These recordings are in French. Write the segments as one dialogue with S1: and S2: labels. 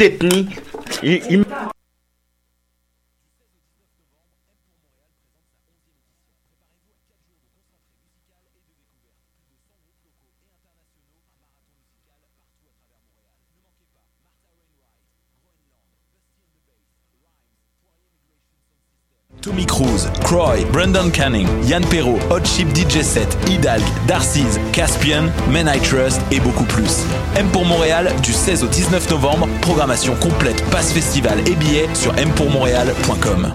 S1: détenus
S2: Tommy Cruise, Croy, Brandon Canning, Yann Perrault, Hot Chip DJ Set, Hidalg, Darcy's, Caspian, Men I Trust et beaucoup plus. M pour Montréal du 16 au 19 novembre, programmation complète, passe festival et billets sur mpourmontréal.com.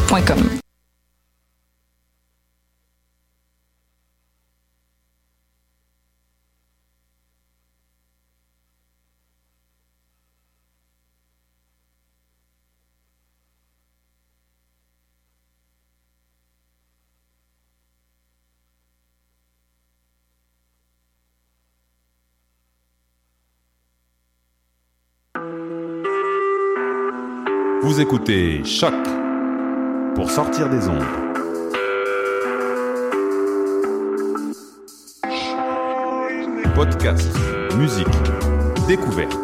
S3: Vous écoutez Choc pour sortir des ondes. Podcast, musique, découverte.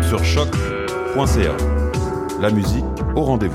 S3: Sur choc.ca. La musique au rendez-vous.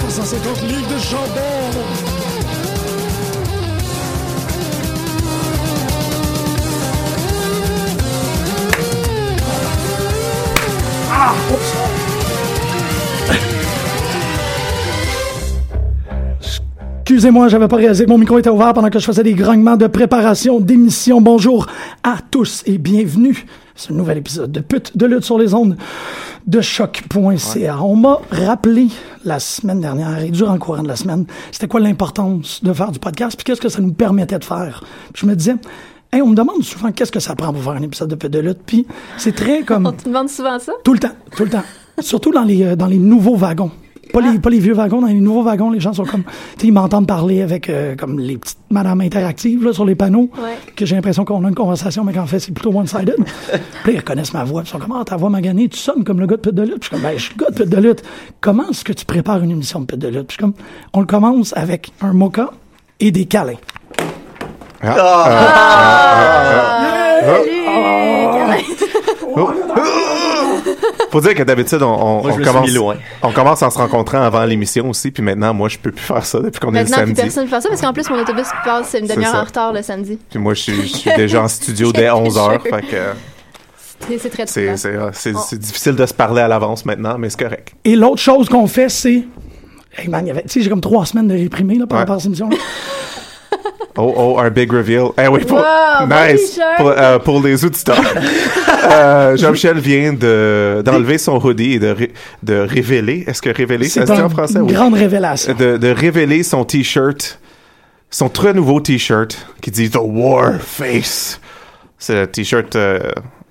S4: Pour 150 livres de chandelle. Ah, oups.
S5: Excusez-moi, j'avais pas réalisé que mon micro était ouvert pendant que je faisais des grognements de préparation d'émission. Bonjour à tous et bienvenue. C'est un nouvel épisode de Pute de lutte sur les ondes de choc.ca. On m'a rappelé la semaine dernière et durant le courant de la semaine, c'était quoi l'importance de faire du podcast puis qu'est-ce que ça nous permettait de faire. Puis je me disais, hey, on me demande souvent qu'est-ce que ça prend pour faire un épisode de Pute de lutte puis c'est très
S6: On
S5: comme
S6: te demande souvent ça?
S5: tout le temps, tout le temps. Surtout dans les, euh, dans les nouveaux wagons. Pas
S7: Ah.
S5: les, pas les vieux wagons, dans les nouveaux wagons, les gens sont comme. Tu sais, ils m'entendent parler avec euh, comme les petites madames interactives là, sur les panneaux,
S6: Ouais.
S5: que j'ai l'impression qu'on a une conversation, mais qu'en fait, c'est plutôt one-sided. Puis là, ils reconnaissent ma voix, puis ils sont comme Ah, ta voix m'a gagné, tu sonnes comme le gars de pute de lutte. Puis je suis comme Ben, je suis le gars de pute de lutte. Comment est-ce que tu prépares une émission de pute de lutte Puis je suis comme On le commence avec un mocha et des câlins.
S7: Ah, Faut dire que d'habitude, on,
S1: Moi, je
S7: on- on
S1: me suis
S7: commence,
S1: mis loin.
S7: on commence en se rencontrant avant l'émission aussi, puis maintenant, moi, je peux plus faire ça depuis qu'on est le
S6: Maintenant, plus
S7: samedi.
S6: personne ne fait ça parce qu'en plus, mon autobus passe une
S7: C'est
S6: demi-heure
S7: ça.
S6: en retard le samedi.
S7: Puis moi, je suis, je suis déjà en studio dès 11h, fait que euh,
S6: C'est c'est très
S7: c'est,
S6: troublant.
S7: c'est, euh, c'est- c'est difficile de se parler à l'avance maintenant, mais c'est correct.
S5: Et l'autre chose qu'on fait, c'est. Hey man, il y avait- tu sais, j'ai comme trois semaines de réprimé là, par
S7: Ouais.
S5: rapport à cette émission.
S7: Oh, oh, un big reveal. Eh oui, pour,
S6: Wow, bon
S7: nice.
S6: t-shirt.
S7: Pour, euh, pour les auditeurs. euh, Jean-Michel vient de, d'enlever son hoodie et de, ré- de révéler. Est-ce que révéler, ça
S5: C'est
S7: se dit
S5: un-
S7: en français?
S5: une
S7: Oui.
S5: grande révélation.
S7: de, de révéler son t-shirt, son très nouveau t-shirt qui dit The War Face. C'est le t-shirt euh,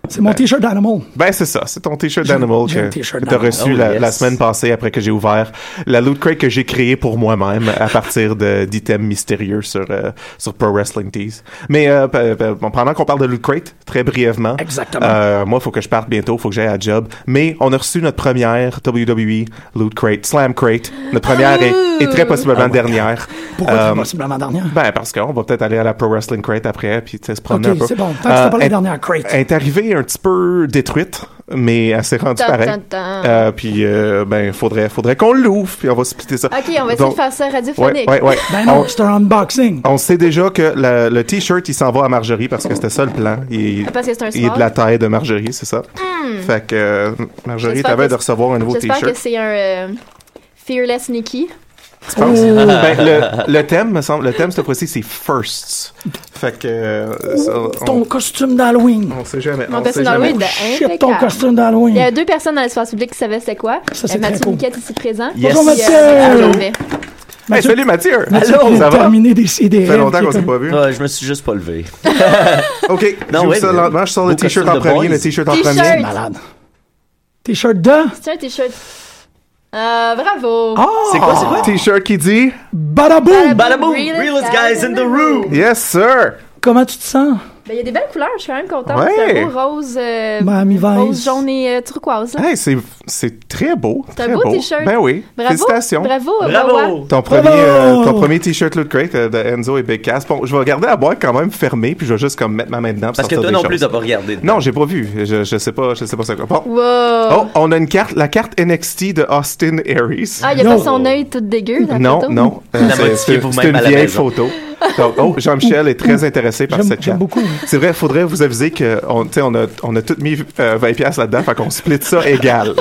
S5: C'est mon t-shirt d'animal.
S7: Ben, c'est ça. C'est ton t-shirt
S5: J'ai-
S7: d'animal
S5: j'ai un
S7: que
S5: t-shirt
S7: que t'as
S5: d'animal.
S7: reçu
S1: Oh,
S7: la,
S1: yes.
S7: la semaine passée après que j'ai ouvert la loot crate que j'ai créée pour moi-même à partir de- d'items mystérieux sur, euh, sur Pro Wrestling Tees. Mais euh, pe- pe- bon, pendant qu'on parle de loot crate, très brièvement,
S5: Exactement.
S7: euh, moi, faut que je parte bientôt, faut que j'aille à job. Mais on a reçu notre première WWE loot crate, slam crate. Notre première
S5: Ah!
S7: est, est très possiblement dernière.
S5: Pourquoi
S7: Euh,
S5: c'est possiblement la dernière?
S7: ben, parce qu'on va peut-être aller à la Pro Wrestling Crate après, puis tu sais, se promener
S5: Ok,
S7: un peu. Euh,
S5: c'est bon. Tant que c'était pas la
S7: elle-
S5: dernière crate.
S7: Elle est arrivée un petit peu détruite, mais elle s'est rendue
S6: Tan,
S7: pareil.
S6: tan, tan.
S7: Euh, puis, euh, ben, faudrait, faudrait qu'on l'ouvre, puis on va splitter ça.
S6: Ok, on va essayer
S7: Donc-
S6: de faire ça
S7: Ouais,
S6: radiophonique.
S7: ouais, ouais.
S5: Ben non,
S7: On-
S5: c'est un unboxing.
S7: on sait déjà que la- le t-shirt, il s'en va à Marjorie parce que c'était ça le plan. Il,
S6: Ah, parce que c'est un
S7: il est
S6: sport.
S7: de la taille de Marjorie, c'est ça. Fait que euh, Marjorie,
S6: J'espère
S7: t'avais
S6: que-
S7: de recevoir un nouveau
S6: J'espère
S7: t-shirt.
S6: que c'est un euh, Fearless Nikki.
S7: tu penses? Ben, le, le thème, me semble, le thème cette fois-ci, c'est firsts. Fait que euh, ça, on-
S5: Ton costume d'Halloween.
S7: On sait jamais.
S6: Mon
S7: on sait
S6: personnage
S7: jamais.
S6: oui, de
S5: Shit,
S6: Ben, impeccable.
S5: ton costume
S6: Il y a
S5: d'Halloween.
S6: deux personnes dans l'espace public qui savaient c'était quoi.
S5: Ça, c'est
S6: Euh, Mathieu
S5: très cool.
S6: Niquette ici présent.
S1: Yes.
S5: Bonjour,
S6: Puis,
S5: Mathieu!
S6: euh, Gervais.
S7: Hey, salut Mathieu!
S5: Mathieu qui
S1: Allô,
S5: vient
S7: ça
S5: de
S7: va?
S5: terminer des CD.
S7: Ça fait longtemps qu'on s'est pas vu.
S1: Ouais, je me suis juste pas levé.
S7: Ok,
S1: Non,
S7: j'ouvre
S1: ouais,
S7: ça
S1: mais-
S7: lentement. Je sors
S1: beau
S7: le t-shirt
S1: costume
S7: en
S1: de
S7: premier,
S1: boys.
S7: le t-shirt en
S6: T-shirt.
S7: premier.
S5: Malade. T-shirt de
S6: C'est un t-shirt. Euh, bravo!
S7: Ah!
S5: Ah!
S1: C'est quoi,
S6: Oh!
S1: c'est quoi?
S7: T-shirt qui dit
S6: Ah!
S5: Badaboum.
S1: Badaboom!
S6: Realest
S1: Realest guys in the room!
S7: Yes, sir!
S5: Comment tu te sens?
S6: Ben, il y a des belles couleurs, je suis quand même contente.
S7: Ouais.
S6: C'est un beau rose, euh,
S5: Miami Vice.
S6: rose jaune et euh, turquoise. là.
S7: Hey, c'est- c'est très beau.
S6: C'est un
S7: très
S6: beau t-shirt.
S7: Ben oui.
S6: Bravo!
S7: Félicitations.
S6: Bravo! Wawa.
S1: Bravo!
S7: Ton premier,
S5: Bravo!
S7: euh,
S1: Oh!
S7: ton premier t-shirt Loot Crate euh, de Enzo et Big Cass. Bon, je vais regarder la boîte quand même fermée, puis je vais juste comme mettre ma main dedans. pour
S1: Parce que toi
S7: sortir
S1: non
S7: des
S1: plus,
S7: choses.
S1: t'as pas regardé.
S7: Non, j'ai pas vu. Je, je sais pas, je sais pas c'est quoi. Bon.
S6: Wow!
S7: Oh, on a une carte, la carte NXT de Austin Aries.
S6: Ah, il y a
S5: Yo.
S6: pas son œil tout dégueu dans la
S7: Non,
S6: photo.
S7: non.
S1: La
S7: Euh, c'est- C'est
S1: modifiez-vous
S7: c'est
S1: même
S7: une
S1: à la
S7: vieille
S1: maison.
S7: photo. Donc, oh, Jean-Michel est très intéressé par
S5: J'aime-
S7: cette
S5: j'aime
S7: carte.
S5: beaucoup.
S7: C'est vrai, faudrait vous aviser qu'on on a, on a tout mis euh, 20 pièces là-dedans, fait qu'on split ça égal.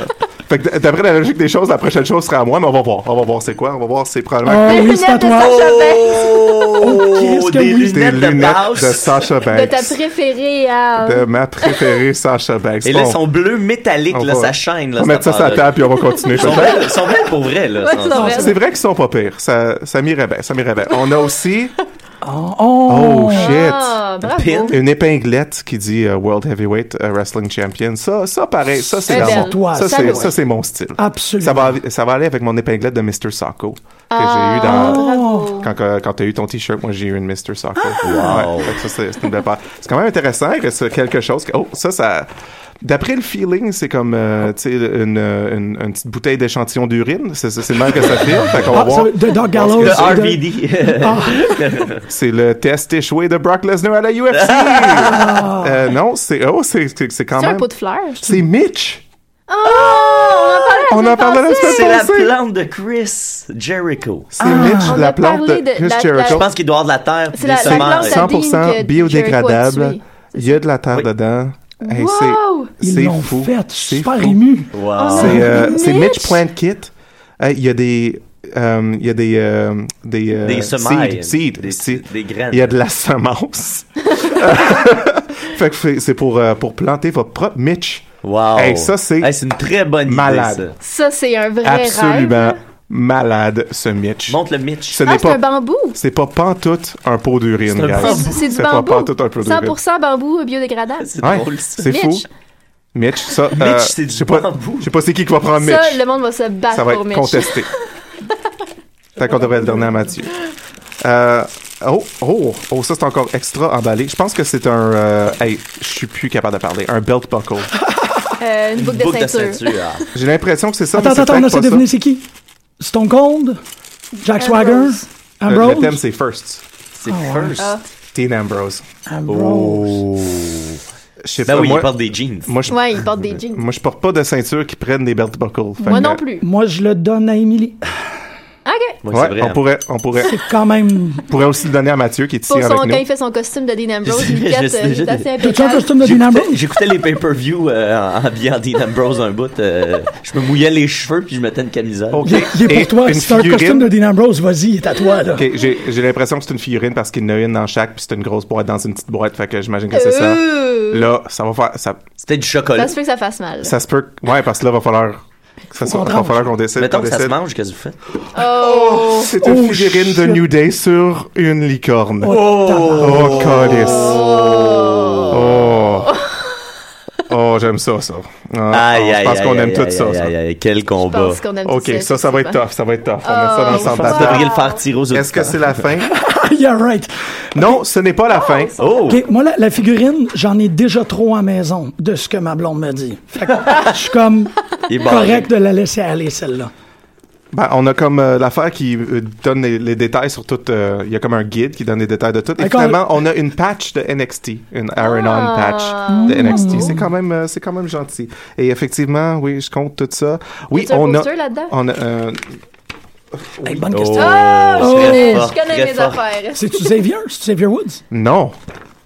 S7: Fait que d- d'après la logique des choses, la prochaine chose sera à moi, mais on va voir. On va voir c'est quoi. On va voir c'est probablement
S5: Ah
S6: Les
S5: oui, c'est à
S6: lunettes de
S5: toi.
S6: Sacha Bain.
S1: Oh!
S5: qu'est-ce
S1: Des
S5: que oui.
S7: des
S1: lunettes de
S7: lunettes
S1: Bausch.
S7: de Sasha
S6: De ta
S7: Banks.
S6: préférée à.
S7: Oh. De ma préférée Sasha Banks.
S1: Et là,
S7: Bon,
S1: ils sont bleus métalliques,
S7: on
S1: là,
S7: va-
S1: ça chaîne, là.
S7: on va
S1: cette
S7: mettre ça sur la
S1: affaire-là.
S7: table puis on va continuer.
S1: Ils sont vrais- ils sont vrais pour vrai, là.
S6: Ouais,
S1: sans-
S6: ils sont vrais.
S7: C'est vrai qu'ils sont pas pires. Ça, ça m'irait bien. Ça m'irait bien. On a aussi.
S5: Oh,
S7: Oh
S5: oh.
S7: shit!
S6: Ah, bravo!
S1: Pin.
S7: Une épinglette qui dit euh, World Heavyweight euh, Wrestling Champion. Ça, ça pareil, ça c'est
S6: Très
S7: dans
S6: belle.
S7: mon-
S5: Toi,
S7: ça,
S6: Eh ben, ça,
S7: c'est,
S6: ouais.
S7: ça c'est mon style.
S5: Absolument.
S7: Ça va, ça va aller avec mon épinglette de Mr. Socko que
S6: Ah,
S7: j'ai eu dans
S6: bravo. Ah!
S7: quand, que- quand t'as eu ton t-shirt, moi j'ai eu une Mr. Socko.
S1: Wow.
S7: Ouais, fait que ça c'est, c'est une belle paire. C'est quand même intéressant que c'est quelque chose que oh ça ça. D'après le feeling, c'est comme euh, tu sais une, euh, une, une petite bouteille d'échantillon d'urine. C'est, c'est, c'est le même que ça fait. Fait qu'on va
S5: Ah,
S7: voir.
S5: ça- de Doc Gallows.
S1: Le
S5: et de-
S1: RVD.
S5: Ah,
S7: C'est le test échoué de Brock Lesnar à la UFC. Euh, non, c'est oh c'est, c'est, c'est quand
S6: C'est un
S7: même.
S6: pot de fleurs.
S7: C'est Mitch.
S6: Oh! On en
S7: On
S6: parlait
S7: en parlait la
S6: la semaine
S7: semaine
S1: C'est la
S7: passée.
S1: plante de Chris Jericho.
S7: C'est Mitch,
S6: On
S7: la
S6: a
S7: plante de
S6: parlé de
S7: Chris
S6: la-
S7: Jericho.
S1: Je pense qu'il doit avoir de la terre.
S6: C'est la-
S1: des
S6: la plante
S1: semences.
S6: à- Dean
S7: 100%
S6: que Jericho a
S7: biodégradable.
S6: tué.
S7: Il y a de la terre
S1: Oui.
S7: dedans. Hey,
S6: Wow!
S7: c'est
S5: Ils
S7: c'est
S5: l'ont
S7: fou.
S5: fait. Je suis
S7: C'est
S5: super
S7: fou.
S5: ému.
S1: Wow.
S7: C'est euh,
S6: Mitch.
S7: c'est Mitch Plantkit. Hey, Il y a des euh, il y a des euh, des euh,
S1: Des semailles.
S7: seeds, seeds,
S1: Des-
S7: seeds.
S1: des graines.
S7: Il y a de la semence. fait que c'est- c'est pour euh, pour planter votre propre Mitch.
S1: Wow.
S7: Hey, ça, c'est
S1: Hey, c'est une très bonne idée.
S7: malade.
S1: ça.
S6: Ça, c'est un vrai
S7: Absolument
S6: rêve. hein.
S7: malade ce Mitch.
S1: Montre le Mitch.
S7: Ce
S6: Ah,
S7: n'est
S6: c'est un
S7: pas
S6: bambou.
S7: c'est pas pantoute un pot d'urine,
S1: C'est un
S7: guys.
S1: bambou.
S6: C'est du
S7: pas
S6: bambou.
S7: pantoute un pot d'urine.
S6: 100% bambou biodégradable.
S1: C'est
S7: Ouais,
S1: drôle, ça.
S7: c'est fou.
S6: Mitch.
S7: Mitch, ça.
S1: Mitch,
S7: euh,
S1: c'est du
S7: je sais pas-
S1: bambou.
S7: Je sais pas c'est qui qui va prendre
S6: Ça,
S7: Ah, Mitch.
S6: le monde va se battre
S7: ça va
S6: pour
S7: être
S6: Mitch.
S7: contesté. Fait qu'on devrait le donner à Mathieu. Euh, oh, oh, oh, ça c'est encore extra emballé. Je pense que c'est un. euh, hey, je suis plus capable de parler. Un belt buckle.
S6: Euh, une boucle de
S1: Boucle de
S6: ceinture.
S1: ceinture. ah.
S7: J'ai l'impression que c'est ça. mais
S5: Attends,
S7: c'est
S5: attends, on
S7: peut-être
S5: essaie
S7: pas
S5: de
S7: ça.
S5: deviner c'est qui? Stone Cold? Jack Swagger?
S6: Ambrose.
S7: Euh, Le-
S5: Ambrose?
S7: Le thème c'est first.
S1: C'est first. Ben
S6: Ah.
S7: Dean Ambrose.
S5: Ambrose.
S7: Je sais
S1: Ben
S7: pas.
S1: oui,
S7: moi,
S1: il porte des jeans.
S7: moi, je,
S6: Ouais, il porte des jeans.
S7: moi, je porte pas de ceinture qui prennent des belt buckles. Fait
S6: Moi
S7: que- euh,
S6: non plus.
S5: Moi, je le donne à Emily.
S1: Ouais,
S6: OK.
S7: Ouais,
S1: c'est vrai. hein.
S7: on pourrait, on pourrait,
S5: C'est quand même...
S7: on pourrait aussi le donner à Mathieu qui est ici
S6: Pour son,
S7: avec
S6: quand
S7: nous.
S6: il fait son costume de Dean Ambrose, euh,
S1: Je-
S6: il
S1: je-
S6: est
S1: je-
S6: assez
S1: je-
S5: T'as-tu un
S6: impeccable.
S5: costume de Dean
S1: J'écoutais
S5: Ambrose?
S1: j'écoutais les pay-per-view euh, en en habillant Dean Ambrose un bout. euh, je me mouillais les cheveux puis je mettais une camisole.
S7: Ok.
S5: Il est- il est
S7: Et
S5: pour toi.
S7: une
S5: C'est un
S7: figurine.
S5: costume de Dean Ambrose. Vas-y, il est à toi, là.
S7: Ok, j'ai j'ai l'impression que c'est une figurine parce qu'il y en a une dans chaque, puis c'est une grosse boîte dans une petite boîte, fait que j'imagine que c'est ça.
S6: Euh,
S7: Là, ça va faire. Ça,
S1: C'était du chocolat.
S6: Ça se fait que ça fasse mal.
S7: ça se peut. que- Ouais, parce que là, va falloir. que Ça soit,
S5: qu'on
S7: va falloir qu'on décide.
S1: Mettons
S7: qu'on
S1: que ça se
S7: décide.
S1: mange, qu'est-ce que vous faites?
S6: Oh!
S7: C'est une
S5: Oh,
S7: figurine de
S5: shit.
S7: New Day sur une licorne.
S5: Oh,
S7: Oh, calice.
S6: Oh!
S7: Oh. j'aime ça, ça. Ah,
S1: Aïe, aïe,
S7: je pense
S1: aïe,
S7: qu'on aime
S1: aïe,
S7: tout
S1: aïe,
S7: ça,
S1: aïe,
S7: ça.
S1: aïe, aïe, quel
S6: Je
S1: combat.
S6: pense qu'on aime
S7: Ok,
S6: tout
S7: ça, ça va être
S6: effectivement.
S7: tough, ça va être tough. On met ça dans le
S6: Oh,
S7: centre
S1: Vous
S7: de la
S6: wow.
S1: devriez
S7: table.
S1: le faire tirer aux
S7: ben, Est-ce que c'est la fin?
S5: yeah, right.
S7: Non, ce n'est pas la fin.
S1: Oh!
S5: OK, moi, la, la figurine, j'en ai déjà trop à maison de ce que ma blonde me dit. Fait que je suis comme
S1: Il est barré.
S5: correct de la laisser aller, celle-là.
S7: Ben, on a comme euh, l'affaire qui euh, donne les, les détails sur tout. euh, Il y a comme un guide qui donne les détails de tout. Et
S5: D'accord.
S7: finalement, on a une patch de NXT, une Iron
S6: Ah.
S7: On patch de NXT. C'est quand même, euh, c'est quand même gentil. Et effectivement, oui, je compte tout ça. Oui,
S6: Y a-t-il un
S7: on a,
S6: poster là-dedans?
S7: on a, euh,
S5: Hey, bonne
S1: Oh,
S5: question.
S6: Oh, je connais,
S1: fort,
S6: je connais
S1: très
S6: mes
S1: fort.
S6: affaires.
S5: C'est-tu Xavier? C'est-tu Xavier Woods?
S7: non,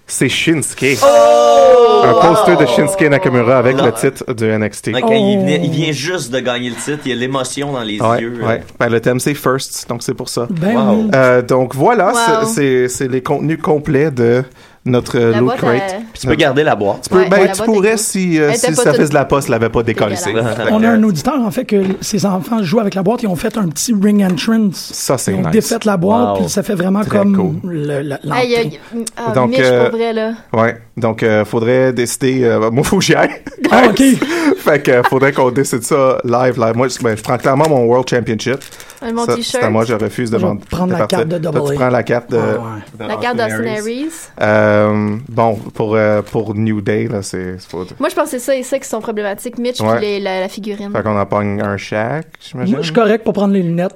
S7: c'est Shinsuke.
S1: Oh!
S7: un poster de Shinsuke Nakamura avec
S1: Non.
S7: le titre du NXT.
S6: Oh.
S1: Ouais, quand il, venait- il vient juste de gagner le titre, il y a l'émotion dans les
S7: Oh. Ouais,
S1: yeux. euh.
S7: ouais. Ben, le thème c'est first, donc c'est pour ça.
S5: Ben
S1: Wow.
S5: oui.
S7: Euh, donc voilà,
S6: Wow.
S7: c'est- c'est c'est les contenus complets de notre euh,
S6: La
S7: loot
S6: boîte à-
S7: crate.
S1: Puis tu peux garder la boîte.
S7: Tu peux-
S6: Ouais,
S7: ben,
S6: la
S7: tu
S6: boîte
S7: pourrais
S6: est
S7: si,
S6: cool.
S7: euh,
S6: Elle
S7: si
S6: était
S7: le
S6: pas
S7: service
S6: toute
S7: de la poste l'avait pas décollé.
S6: dégueulasse.
S5: On a un auditeur, en fait, que ses enfants jouent avec la boîte et ont fait un petit ring entrance.
S7: Ça, c'est
S5: Ils ont
S7: nice.
S5: défait la boîte,
S1: Wow.
S5: puis ça fait vraiment
S7: Très
S5: comme
S7: cool.
S5: le- le- l'entrée.
S6: Hey, y a- y a- ah,
S7: Donc,
S6: Mitch,
S7: euh,
S6: pour vrai, là.
S7: Ouais. Donc, euh, faudrait décider. euh, moi, faut que j'y aille.
S5: Ah, ok.
S7: fait que euh, faudrait qu'on décide ça live, live. Moi, je, ben, je prends clairement mon World Championship.
S6: Ah, Mon
S7: Ça, c'est à
S6: t-shirt.
S7: moi, je refuse de
S5: Je vais
S7: vendre-
S5: prendre
S7: de
S5: la carte de
S7: Toi,
S5: Double
S7: Tu
S5: A. Ah,
S7: prends la carte de.
S5: Ouais, ouais.
S7: de
S6: La carte
S7: Austin
S6: d'Austin
S7: Aries.
S6: Aries.
S7: Euh, bon, pour, euh, pour New Day, là, c'est. c'est faut-
S6: Moi, je pense que c'est ça et ça qui sont problématiques. Mitch
S7: Ouais.
S6: puis les- la, la figurine.
S7: Fait qu'on en pogne un chaque, j'imagine.
S5: Moi, je suis correct pour prendre les lunettes.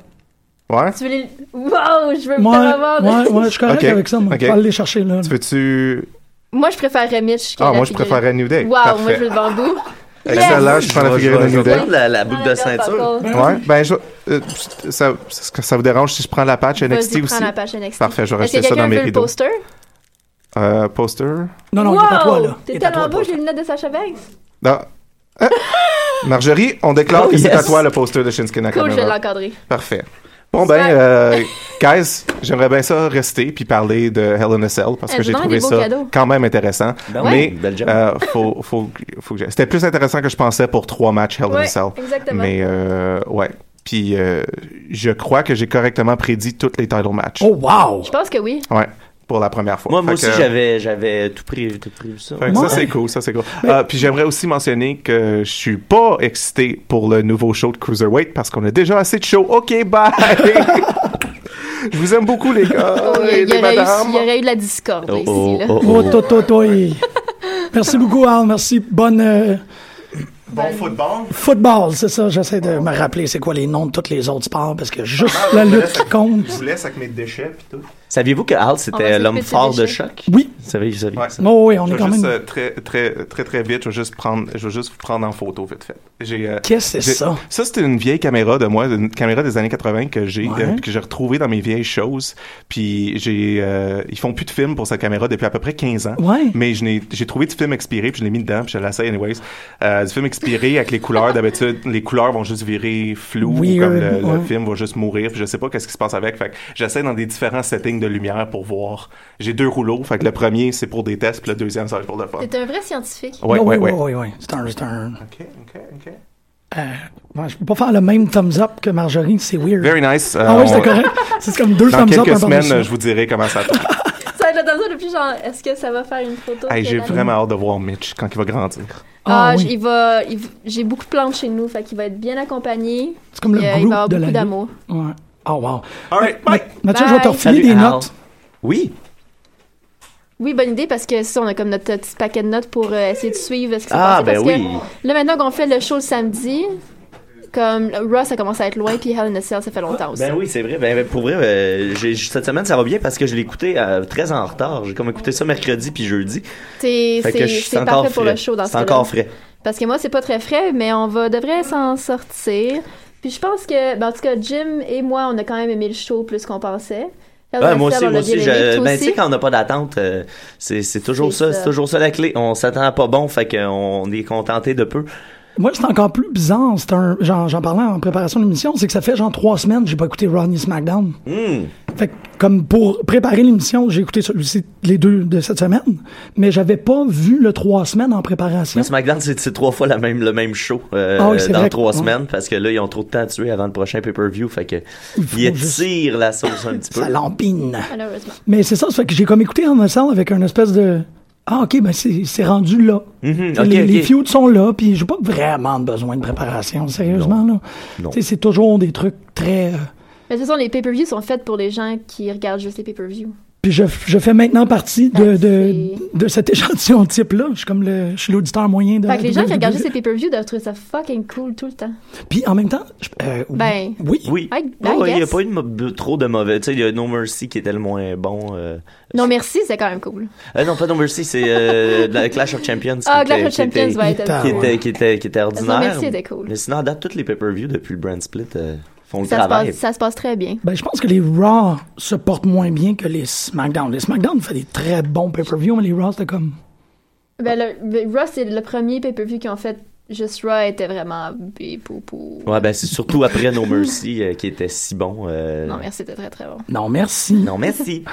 S7: Ouais.
S6: Tu veux les... Wow, je veux me faire
S5: Moi,
S6: avoir.
S5: moi, moi, je suis correct
S7: Ok,
S5: avec ça. Moi.
S7: ok.
S5: Faut aller les chercher, là.
S7: Tu veux-tu.
S6: Moi, je préférerais Mitch que
S7: Ah,
S6: la
S7: moi, je
S6: figurine.
S7: préférais New Day.
S6: Wow, moi,
S7: Parfait.
S6: je veux le bambou. Ah,
S7: Excellent, je prends la
S1: Je vais-
S7: figurine de
S1: je vais
S7: New Day.
S1: prendre La, la boucle de ceinture.
S7: Ouais, ben je, euh, ça, est-ce que ça vous dérange si je prends la patch NXT
S6: Vas-y, prends
S7: aussi?
S6: la page NXT.
S7: Parfait, je vais
S6: Est-ce que
S7: rester ça
S6: quelqu'un
S7: dans mes
S6: veut le
S7: rideaux.
S6: poster?
S7: Euh, poster?
S5: Non, non, il est à toi, là.
S6: Wow!
S5: Il
S6: T'es
S5: est à toi,
S6: tellement beau,
S5: le
S6: j'ai les lunettes de Sacha Banks.
S7: Non. Ah. Marjorie, on déclare
S1: Oh,
S7: que c'est
S1: yes.
S7: à toi le poster de Shinsuke
S6: Cool,
S7: Nakamura.
S6: je vais l'encadrer.
S7: Parfait. Bon ben, euh, guys, j'aimerais bien ça rester puis parler de Hell in a Cell parce
S6: Eh,
S7: que j'ai
S6: vraiment
S7: trouvé
S6: des beaux
S7: ça
S6: cadeaux.
S7: quand même intéressant.
S1: Ben
S7: mais
S1: oui, belle job.
S7: euh, faut, faut, faut que j'aille. C'était plus intéressant que je pensais pour trois matchs Hell in a
S6: Ouais,
S7: Cell.
S6: exactement.
S7: Mais euh, ouais. Puis euh, je crois que j'ai correctement prédit toutes les title matchs.
S5: Oh, wow!
S6: Je pense que oui.
S7: Ouais, pour la première fois.
S1: Moi, moi
S7: Fait
S1: aussi,
S7: que-
S1: j'avais, j'avais tout pris, tout pris ça.
S7: fait que Ça,
S5: Ouais.
S7: c'est cool, ça, c'est cool. Euh, puis j'aimerais aussi mentionner que je suis pas excité pour le nouveau show de Cruiserweight parce qu'on a déjà assez de show. OK, bye! Je vous aime beaucoup, les gars
S6: Oh, il, y-
S7: et
S6: il y
S7: les
S6: aurait eu,
S7: madames.
S6: il y aurait eu de la discorde
S1: Oh,
S6: ici.
S1: oh,
S6: Là.
S1: oh,
S5: Oh,
S1: oh.
S5: toi, toi, toi. Merci beaucoup, Al. Merci. Bonne euh,
S7: Bon football.
S5: football, c'est ça. J'essaie de me rappeler c'est quoi les noms de tous les autres sports parce que juste
S7: Ah,
S5: la lutte qui compte.
S7: laisse avec mes déchets pis tout.
S1: Saviez-vous que Hal,
S6: On va
S1: c'était
S6: s'occuper
S1: l'homme
S6: de ses
S1: fort de
S6: déchets.
S1: choc?
S5: Oui.
S1: Vous savez, vous savez.
S7: Ouais.
S1: ça.
S5: Oh, oui, on
S7: Je
S5: est
S7: vais
S5: quand
S7: juste
S5: même.
S7: euh, très, très, très, très vite, je vais juste prendre, je vais juste vous prendre en photo vite fait. J'ai, euh,
S5: Qu'est-ce que c'est
S7: j'ai-
S5: ça?
S7: Ça, c'était une vieille caméra de moi, une caméra des années 80 que j'ai,
S5: Ouais.
S7: euh, que j'ai retrouvée dans mes vieilles choses. Puis j'ai, euh, ils font plus de films pour cette caméra depuis à peu près 15 ans.
S5: Ouais.
S7: Mais je n'ai, j'ai trouvé du film expiré, puis je l'ai mis dedans, puis je l'essaye anyways. Euh, du film expiré avec les couleurs d'habitude, les couleurs vont juste virer floues, ou
S5: Weird,
S7: comme le, le
S5: ouais.
S7: film va juste mourir, puis je sais pas qu'est-ce qui se passe avec. Fait que j'essaie dans des différents settings de lumière pour voir. J'ai deux rouleaux, fait que le premier c'est pour des tests, puis le deuxième ça va être pour le fun.
S6: T'es un vrai scientifique.
S7: Ouais,
S5: Non,
S7: ouais,
S5: Oh, oui,
S7: ouais.
S5: oui, oui, oui. C'est un. C'est un...
S7: Ok, ok, ok.
S5: Ouais, je peux pas faire le même thumbs up que Marjorie, c'est weird.
S7: Very nice. Euh,
S5: ah oui,
S7: on-
S5: c'est correct. C'est comme deux
S7: Dans
S5: thumbs up
S7: quelques
S5: un par-dessus.
S7: semaines, euh, je vous dirai comment ça va.
S6: Ça va être la le plus genre, est-ce que ça va faire une photo?
S7: Hey,
S6: que
S7: J'ai
S6: la-
S7: vraiment hâte de voir Mitch quand il va grandir.
S5: Ah
S6: Ah,
S5: oui.
S6: j- il va, il v- j'ai beaucoup de plantes chez nous, fait qu'il va être bien accompagné.
S5: C'est comme le
S6: Puis, euh, il
S5: groupe
S6: va avoir
S5: de la
S6: beaucoup
S5: lutte.
S6: d'amour.
S5: Ouais. Oh, wow.
S7: All right,
S5: Ma-
S7: bye.
S5: Mathieu, je vais te
S6: Bye.
S5: refiler des
S1: Salut, Al.
S5: notes.
S1: Oui.
S6: Oui, bonne idée parce que ça, on a comme notre petit paquet de notes pour euh, essayer de suivre ce qui s'est
S1: Ah,
S6: passé.
S1: ben
S6: parce
S1: oui.
S6: que là, maintenant qu'on fait le show le samedi, comme Raw, ça commence à être loin, puis Hell in a Cell, ça fait longtemps aussi.
S1: Ben oui, c'est vrai. Ben, ben, pour vrai, euh, j'ai- j- cette semaine, ça va bien parce que je l'ai écouté euh, très en retard. J'ai comme écouté ça mercredi puis jeudi.
S6: C'est-
S1: Fait que
S6: c'est-
S1: je-
S6: c'est
S1: c'est
S6: parfait
S1: encore
S6: pour
S1: frais.
S6: le show dans ce
S1: C'est
S6: cas-là.
S1: encore frais.
S6: Parce que moi, c'est pas très frais, mais on va, devrait s'en sortir. Puis je pense que, ben, en tout cas, Jim et moi, on a quand même aimé le show plus qu'on pensait. Hell in
S1: Ouais,
S6: a
S1: moi
S6: Cell,
S1: aussi,
S6: on
S1: moi
S6: l'a
S1: aussi.
S6: bien
S1: je-
S6: aimé, toi
S1: ben, tu
S6: aussi.
S1: sais, quand on n'a pas d'attente, euh, c'est c'est toujours
S6: C'est
S1: ça,
S6: ça.
S1: C'est toujours ça la clé. On s'attend à pas bon, fait qu'on est contenté de peu.
S5: Moi, c'est encore plus bizarre. C'est un, j'en, j'en parlais en préparation de l'émission, c'est que ça fait genre trois semaines que j'ai pas écouté Ronnie SmackDown.
S7: Hmm.
S5: Fait que, comme pour préparer l'émission, j'ai écouté celui-ci, les deux de cette semaine, mais j'avais pas vu le trois semaines en préparation.
S1: Mais SmackDown, c'est c'est trois fois la même, le même show euh,
S5: Ah oui, c'est
S1: dans
S5: vrai que-
S1: trois
S5: ouais.
S1: semaines parce que là, ils ont trop de temps à tuer avant le prochain pay-per-view. Fait que
S5: faut
S1: ils
S5: juste-
S1: étirent la sauce un petit peu.
S5: Ça lampine.
S6: Malheureusement.
S5: Mais c'est ça, ça fait que j'ai comme écouté en ensemble avec un espèce de Ah, OK, ben c'est c'est rendu là.
S1: Mhm,
S5: T'sais,
S1: ok,
S5: les,
S1: ok.
S5: les feuds sont là, puis j'ai pas vraiment besoin de préparation, sérieusement. là.
S1: Non.
S5: T'sais, C'est toujours des trucs très... euh,
S6: Mais de toute façon, les pay-per-views sont faits pour les gens qui regardent juste les pay-per-views.
S5: Puis je, je fais maintenant partie de, de,
S6: Parfait.
S5: de cet échantillon type-là. Je suis comme le, je suis l'auditeur moyen de
S6: Fait que les gens qui
S5: WWE.
S6: regardent juste les pay-per-views doivent trouver ça fucking cool tout le temps.
S5: Puis en même temps, je- euh, oui.
S6: Ben.
S5: oui.
S1: Oui.
S6: I- I
S1: Ouais, ouais, il n'y a
S6: guess.
S1: pas eu de mo- de- trop de mauvais. Tu sais, il y a No Mercy qui était le moins bon. euh.
S6: Non, merci, c'est quand même cool.
S1: Ah non, pas No Mercy, c'est euh, la Clash of Champions. qui
S6: Ah,
S1: était-
S6: Clash of
S1: qui était-
S6: Champions va être
S5: Putain,
S1: qui,
S5: Ah ouais.
S1: était, qui, était, qui était ordinaire.
S6: Non, merci, c'était cool.
S1: Mais sinon, à date, toutes les pay-per-views depuis le brand split euh, font le
S6: Ça se,
S1: travail.
S6: passe, ça se passe très bien.
S5: Ben, je pense que les Raw se portent moins bien que les SmackDown. Les SmackDown fait des très bons pay-per-view, mais les Raw, c'était comme...
S6: Ben, le, le- Raw, c'est le premier pay-per-view qu'ils ont fait. Just Raw était vraiment bipopou.
S1: Ouais, ben c'est surtout après No Mercy euh, qui était si bon. euh,
S6: Non, merci, c'était très très bon.
S5: Non, merci.
S1: Non, merci.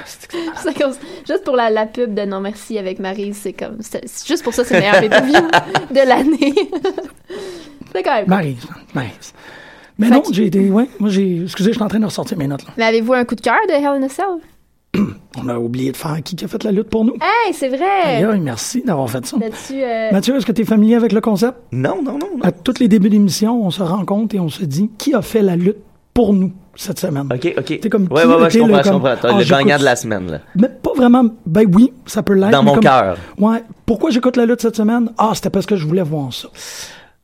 S6: C'est comme- juste pour la, la pub de Non Merci avec Marie, c'est comme. c'est- c'est- Juste pour ça, c'est le meilleur pay-per-view de l'année. c'est quand même. cool.
S5: Marie, nice. hein, Mais
S6: Fait
S5: non,
S6: que-
S5: j'ai été... Ouais, moi, j'ai... Excusez, je suis en train de ressortir mes notes, là.
S6: Mais avez-vous un coup de cœur de Hell in a Cell?
S5: On a oublié de faire qui qui a fait la lutte pour nous.
S6: Hey, c'est
S5: Aïe,
S6: vrai!
S5: aïe, merci d'avoir fait ça.
S6: Là-dessus, euh,
S5: Mathieu, est-ce que tu es familier avec le concept?
S1: Non, non, non. non.
S5: À tous les débuts d'émission, on se rencontre et on se dit qui a fait la lutte pour nous cette semaine.
S1: Ok, ok.
S5: T'es comme
S1: ouais,
S5: qui
S1: ouais, ouais,
S5: était
S1: je comprends,
S5: le
S1: je
S5: comme-
S1: comprends. T'as
S5: Ah,
S1: le
S5: j'écoute
S1: gagnant de la
S5: ça.
S1: semaine, là.
S5: Mais pas vraiment. Ben oui, ça peut l'être.
S1: Dans
S5: mais
S1: mon
S5: comme-
S1: cœur.
S5: Ouais. Pourquoi j'écoute la lutte cette semaine? Ah, c'était parce que je voulais voir ça.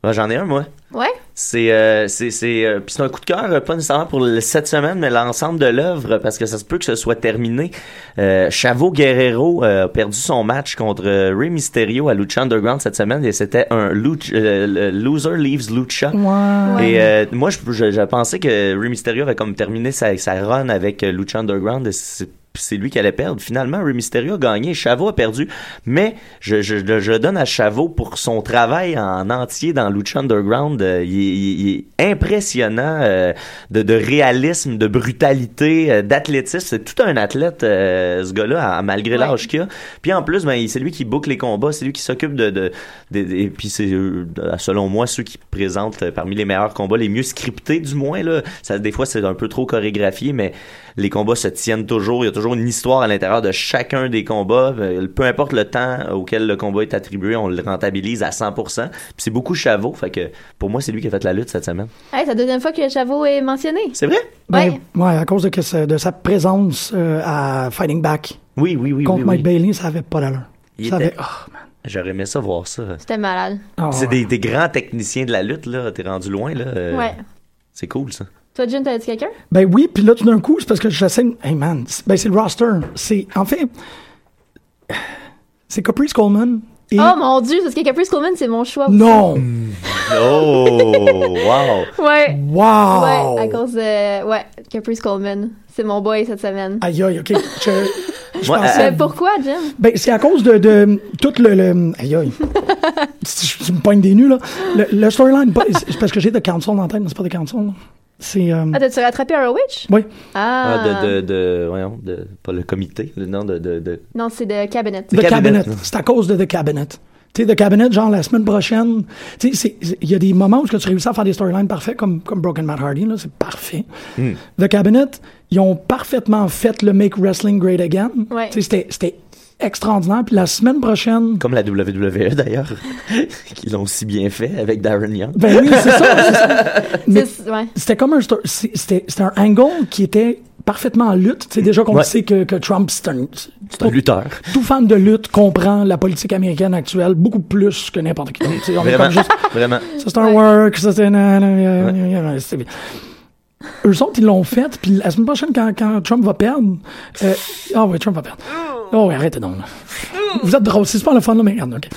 S1: Ouais, J'en ai un, moi.
S6: ouais?
S1: C'est euh, c'est c'est euh, puis c'est un coup de cœur euh, pas nécessairement pour le- cette semaine mais l'ensemble de l'œuvre parce que ça se peut que ce soit terminé. Euh, Chavo Guerrero euh, a perdu son match contre euh, Rey Mysterio à Lucha Underground cette semaine et c'était un luch- euh, le loser leaves Lucha.
S5: Ouais.
S1: Et euh, moi, je, je, je pensais que Rey Mysterio avait comme terminé sa, sa run avec euh, Lucha Underground. et C'est c'est lui qui allait perdre. Finalement, Rey Mysterio a gagné. Chavo a perdu. Mais je, je, je- je donne à Chavo pour son travail en entier dans Lucha Underground. Euh, il, est- il est- il est impressionnant euh, de, de réalisme, de brutalité, euh, d'athlétisme. C'est tout un athlète, euh, ce gars-là, à- malgré
S6: Ouais.
S1: l'âge qu'il a. Puis en plus, ben, il- c'est lui qui boucle les combats. C'est lui qui s'occupe de, de, des- des- et puis c'est euh, selon moi ceux qui présentent euh, parmi les meilleurs combats, les mieux scriptés du moins là. Ça des fois c'est un peu trop chorégraphié, mais les combats se tiennent toujours. Il y a toujours une histoire à l'intérieur de chacun des combats. Euh, Peu importe le temps auquel le combat est attribué, on le rentabilise à 100%. Puis c'est beaucoup Chavot, fait que pour moi c'est lui qui a fait la lutte cette semaine.
S6: Hey, c'est la deuxième fois que Chavo est mentionné.
S1: C'est vrai?
S5: Ben,
S6: ouais.
S5: ouais, à cause de, que ce- de sa présence euh, à Fighting Back
S1: Oui, oui, oui.
S5: contre
S1: oui, oui.
S5: Mike Bailey, ça avait pas d'allure.
S1: Il
S5: Ça
S1: était-
S5: avait- ah, man.
S1: J'aurais aimé ça voir ça.
S6: C'était malade.
S5: Ah,
S1: C'est des,
S5: ouais.
S1: des grands techniciens de la lutte là. T'es rendu loin là. Euh,
S6: Ouais.
S1: C'est cool ça.
S6: Toi, Jim, t'as dit quelqu'un?
S5: Ben oui, puis là, tout d'un coup, c'est parce que j'essaie. de- Hey man, c'est- ben c'est le roster. C'est, en fait, c'est Caprice Coleman et.
S6: Oh mon dieu, parce que Caprice Coleman, c'est mon choix.
S5: non!
S1: Oh, wow.
S6: Ouais.
S5: Wow!
S1: Oh.
S6: Ouais, à cause de. Ouais, Caprice Coleman. C'est mon boy cette semaine.
S5: Aïe, aïe, ok. Je- je
S1: Moi,
S5: pensais-
S1: euh,
S6: Mais pourquoi, Jim?
S5: Ben, c'est à cause de, de tout le. le- aïe, aïe. Si je- tu me pognes des nus, là. Le, le storyline, pas- c'est parce que j'ai de Council en tête, mais c'est pas de Council. là. C'est. euh,
S6: Ah, t'as-tu rattrapé un witch?
S5: oui.
S6: Ah.
S1: Ah, de, de, de, voyons, de, pas le comité, le nom de, de, de-
S6: Non, c'est de Cabinet.
S5: The Cabinet.
S1: Cabinet.
S5: C'est à cause de The Cabinet. Tu sais, The Cabinet, genre la semaine prochaine, tu sais, c'est- il y a des moments où est-ce que tu réussis à faire des storylines parfaits, comme, comme Broken Matt Hardy, là, c'est parfait.
S1: Hmm.
S5: The Cabinet, ils ont parfaitement fait le Make Wrestling Great Again.
S6: Ouais.
S5: Tu sais, c'était- c'était extraordinaire. Puis la semaine prochaine,
S1: comme la WWE d'ailleurs, qui l'ont si bien fait avec Darren Young.
S5: ben oui, c'est ça, c'est ça. Mais-
S6: C'est- Ouais.
S5: C'était comme un, sto- c'est- c'était, c'était un angle qui était parfaitement en lutte. C'est déjà qu'on
S1: Ouais.
S5: sait que, que Trump, c'est un,
S1: C'est un lutteur.
S5: tout fan de lutte comprend la politique américaine actuelle beaucoup plus que n'importe qui. d'autre. Tu sais, on est
S1: Vraiment,
S5: comme juste,
S1: vraiment.
S5: ça c'est un work, ça c'est... nan, nan, nan, nan, nan, c'est bien. Eux autres, ils l'ont fait, puis la semaine prochaine, quand, quand Trump va perdre... euh, Ah oui, Trump va perdre. Oh oui, arrêtez donc. là. Vous êtes drôle, c'est super le fun, là, mais regarde, OK.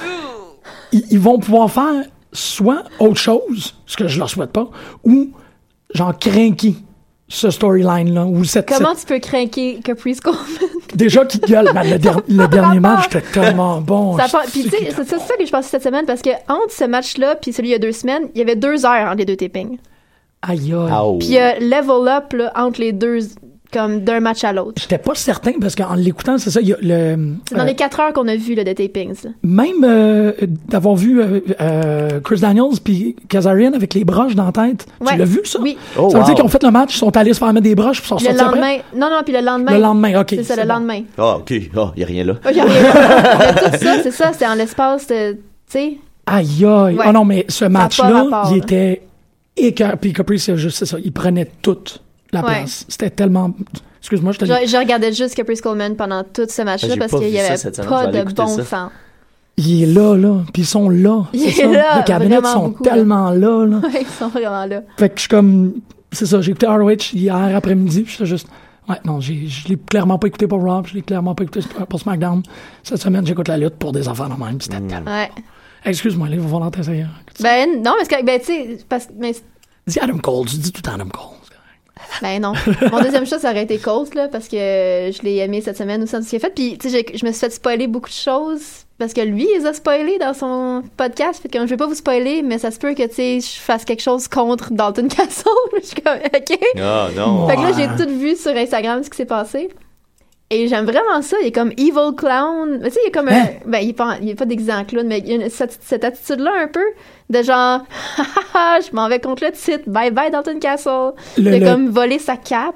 S5: Ils, ils vont pouvoir faire soit autre chose, ce que je leur souhaite pas, ou genre craquer ce storyline-là, ou cette...
S6: Comment tu peux craquer Caprice Coleman?
S5: cette- Déjà qu'ils gueulent, man, le, der- le dernier match, c'était tellement bon.
S6: Ça part- Puis tu sais, c'est c'est ça que je pensais cette semaine parce que entre ce match-là puis celui il y a deux semaines, il y avait deux heures entre les deux tapings.
S5: Aïe, aïe.
S6: euh,
S1: Ah, oh.
S6: Puis il y a level up là, entre les deux comme d'un match à l'autre.
S5: J'étais pas certain parce qu'en l'écoutant, c'est ça, il y a le.
S6: C'est dans
S5: euh,
S6: les 4 heures qu'on a vu là, de tapings. là.
S5: Même euh, d'avoir vu euh, euh, Chris Daniels puis Kazarian avec les broches dans la tête,
S6: Ouais.
S5: tu l'as vu ça?
S6: Oui.
S1: Oh,
S5: ça veut
S1: wow.
S5: dire qu'ils ont fait le match, ils sont allés se faire mettre des broches pour s'en
S6: Le
S5: sortir après?
S6: lendemain. Non, non, puis le lendemain.
S5: Le lendemain, ok.
S6: C'est ça, le
S5: bon.
S6: lendemain.
S1: Ah, ok. Ah, il n'y a rien là.
S6: Oh, y a rien. Mais tout ça, c'est ça, c'est en l'espace de. Tu sais,
S5: Aïe, aïe.
S6: Ouais.
S5: Ah non, mais ce match-là,
S6: rapport,
S5: il
S6: là.
S5: était écœur. Puis Caprice, c'est juste c'est ça, il prenait toute la
S6: Ouais.
S5: place. C'était tellement... Excuse-moi, je te
S6: je, je regardais juste Caprice Coleman pendant tout ce match-là
S1: J'ai
S6: parce
S1: pas
S6: qu'il
S1: vu
S6: y
S1: ça
S6: avait
S1: cette semaine, je
S6: pas
S1: vais aller
S6: de
S1: écouter
S6: bon
S1: ça.
S6: sens.
S5: Il est là, là. Puis ils sont là.
S6: Il
S5: c'est
S6: est
S5: ça.
S6: là,
S5: Les cabinets
S6: vraiment
S5: sont
S6: beaucoup, là.
S5: tellement là, là.
S6: Ouais, ils sont vraiment là.
S5: Fait que je suis comme. C'est ça, j'ai écouté ROH hier après-midi, puis j'étais juste. Ouais, non, j'ai, je l'ai clairement pas écouté pour Raw, puis je l'ai clairement pas écouté pour SmackDown. Cette semaine, j'écoute la lutte pour des enfants de même, puis
S1: Mm.
S5: c'était tellement.
S6: Ouais.
S5: Excuse-moi, là, il va falloir t'essayer.
S6: Ben, non, parce que. Ben, tu sais, parce que. mais-
S5: Dis Adam Cole, tu dis tout le temps Adam Cole.
S6: Ben non. Mon deuxième choix, ça aurait été Colt, là, parce que je l'ai aimé cette semaine aussi, dans ce qu'il a fait. Puis, tu sais, j'ai- je me suis fait spoiler beaucoup de choses, parce que lui, il les a spoilés dans son podcast. Fait que, comme, je vais pas vous spoiler, mais ça se peut que, tu sais, je fasse quelque chose contre Dalton Castle. je suis comme, OK.
S1: Ah, non.
S6: Fait que là,
S5: Ouais.
S6: j'ai tout vu sur Instagram ce qui s'est passé. Et j'aime vraiment ça. Il est comme evil clown. Mais Tu sais, il est comme
S5: Hein?
S6: un. Ben, il est pas, il est pas d'exemple clown, mais il y a une- cette, cette attitude-là un peu de genre, Ha, ha, ha, je m'en vais contre le titre. Bye bye, Dalton Castle.
S5: Le-
S6: de
S5: le-
S6: comme voler sa cape.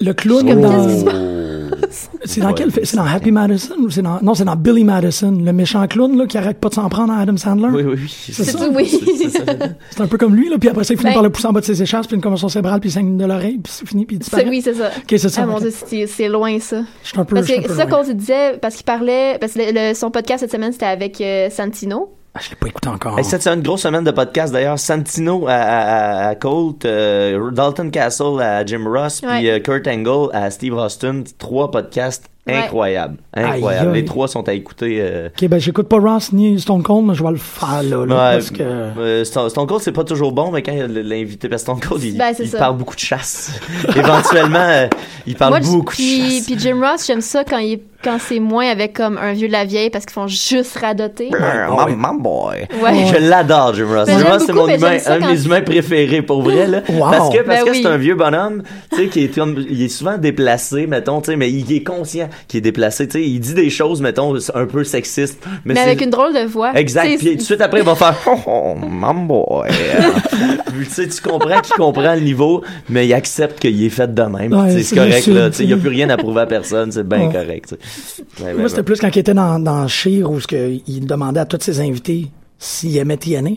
S5: Le clown,
S6: comme,
S5: dans-
S1: Hmm.
S6: qu'est-ce qui se passe?
S5: c'est dans
S1: Oh. Ouais,
S5: quel film? C'est dans
S1: c'est-
S5: Happy Madison ou c'est dans. Non, c'est dans Billy Madison, le méchant clown, là, qui arrête pas de s'en prendre à Adam Sandler.
S1: Oui, oui, oui.
S5: C'est
S6: tout, oui.
S1: C'est ça.
S5: C'est un peu comme lui, là, puis après ça, il finit
S6: Ben-
S5: par le pousser en bas de ses écharpes, puis une commotion cérébrale, puis il saigne de l'oreille, puis c'est fini, puis il disparaît.
S6: C'est- Oui, c'est ça.
S5: Ok, c'est ça.
S6: Ah mon
S5: ok.
S6: dieu, c'est c'est loin ça.
S5: Je suis un peu.
S6: Parce
S5: je suis un
S6: que
S5: peu
S6: ça
S5: loin.
S6: qu'on se disait, parce qu'il parlait, parce que le- le- son podcast cette semaine c'était avec euh, Santino.
S5: Ah, je l'ai pas écouté encore.
S1: Hey, cette semaine, une grosse semaine de podcast d'ailleurs. Santino à, à, à- à Colt, euh, Dalton Castle à Jim Ross, puis
S6: Ouais.
S1: euh, Kurt Angle à Steve Austin. Trois podcasts
S6: Ouais.
S1: incroyables.
S5: Aïe,
S1: Incroyables.
S5: aïe.
S1: Les trois sont à écouter. euh,
S5: Ok, ben j'écoute pas Ross ni Stone Cold, mais je vais le faire là, là,
S1: Ouais,
S5: parce que.
S1: euh, Stone, Stone Cold, c'est pas toujours bon, mais quand il y a l- l'invité, parce que Stone Cold, il,
S6: Ben, c'est
S1: il
S6: ça.
S1: parle beaucoup de chasse. Éventuellement, euh, il parle
S6: Moi, je-
S1: beaucoup de
S6: puis,
S1: chasse.
S6: puis Jim Ross, j'aime ça quand, il est- quand c'est moins avec comme un vieux de la vieille parce qu'ils font juste radoter.
S1: Ah, my, my boy.
S6: Ouais.
S1: Je l'adore, Jim Ross.
S6: Mais
S1: Jim
S6: j'aime
S1: Ross, c'est
S6: beaucoup,
S1: mon
S6: mais
S1: humain,
S6: j'aime ça
S1: un de
S6: quand-
S1: mes humains préférés, pour vrai. Là.
S5: Wow.
S1: Parce que, parce
S6: Ben
S1: que
S6: oui.
S1: c'est un vieux bonhomme, tu sais, qui est, il est souvent déplacé, mettons, tu sais, mais il est conscient qu'il est déplacé, tu sais, il dit des choses, mettons, un peu sexistes. Mais,
S6: mais
S1: c'est-
S6: avec une drôle de voix.
S1: Exact.
S6: Tu sais,
S1: Puis tout de suite après, il va faire Oh, oh my boy. Puis, tu sais, tu comprends qu'il comprend le niveau, mais il accepte qu'il est fait de même.
S5: Ouais,
S1: Tu sais,
S5: c'est
S1: c'est correct,
S5: juste
S1: là.
S5: une-
S1: Tu sais, Il n'y a plus rien à prouver à personne. C'est bien
S5: Ouais.
S1: correct. tu sais. Ouais,
S5: Moi,
S1: ouais,
S5: c'était plus quand il était dans, dans Sheer où ce que il demandait à tous ses invités s'ils aimaient TNA.
S1: ouais.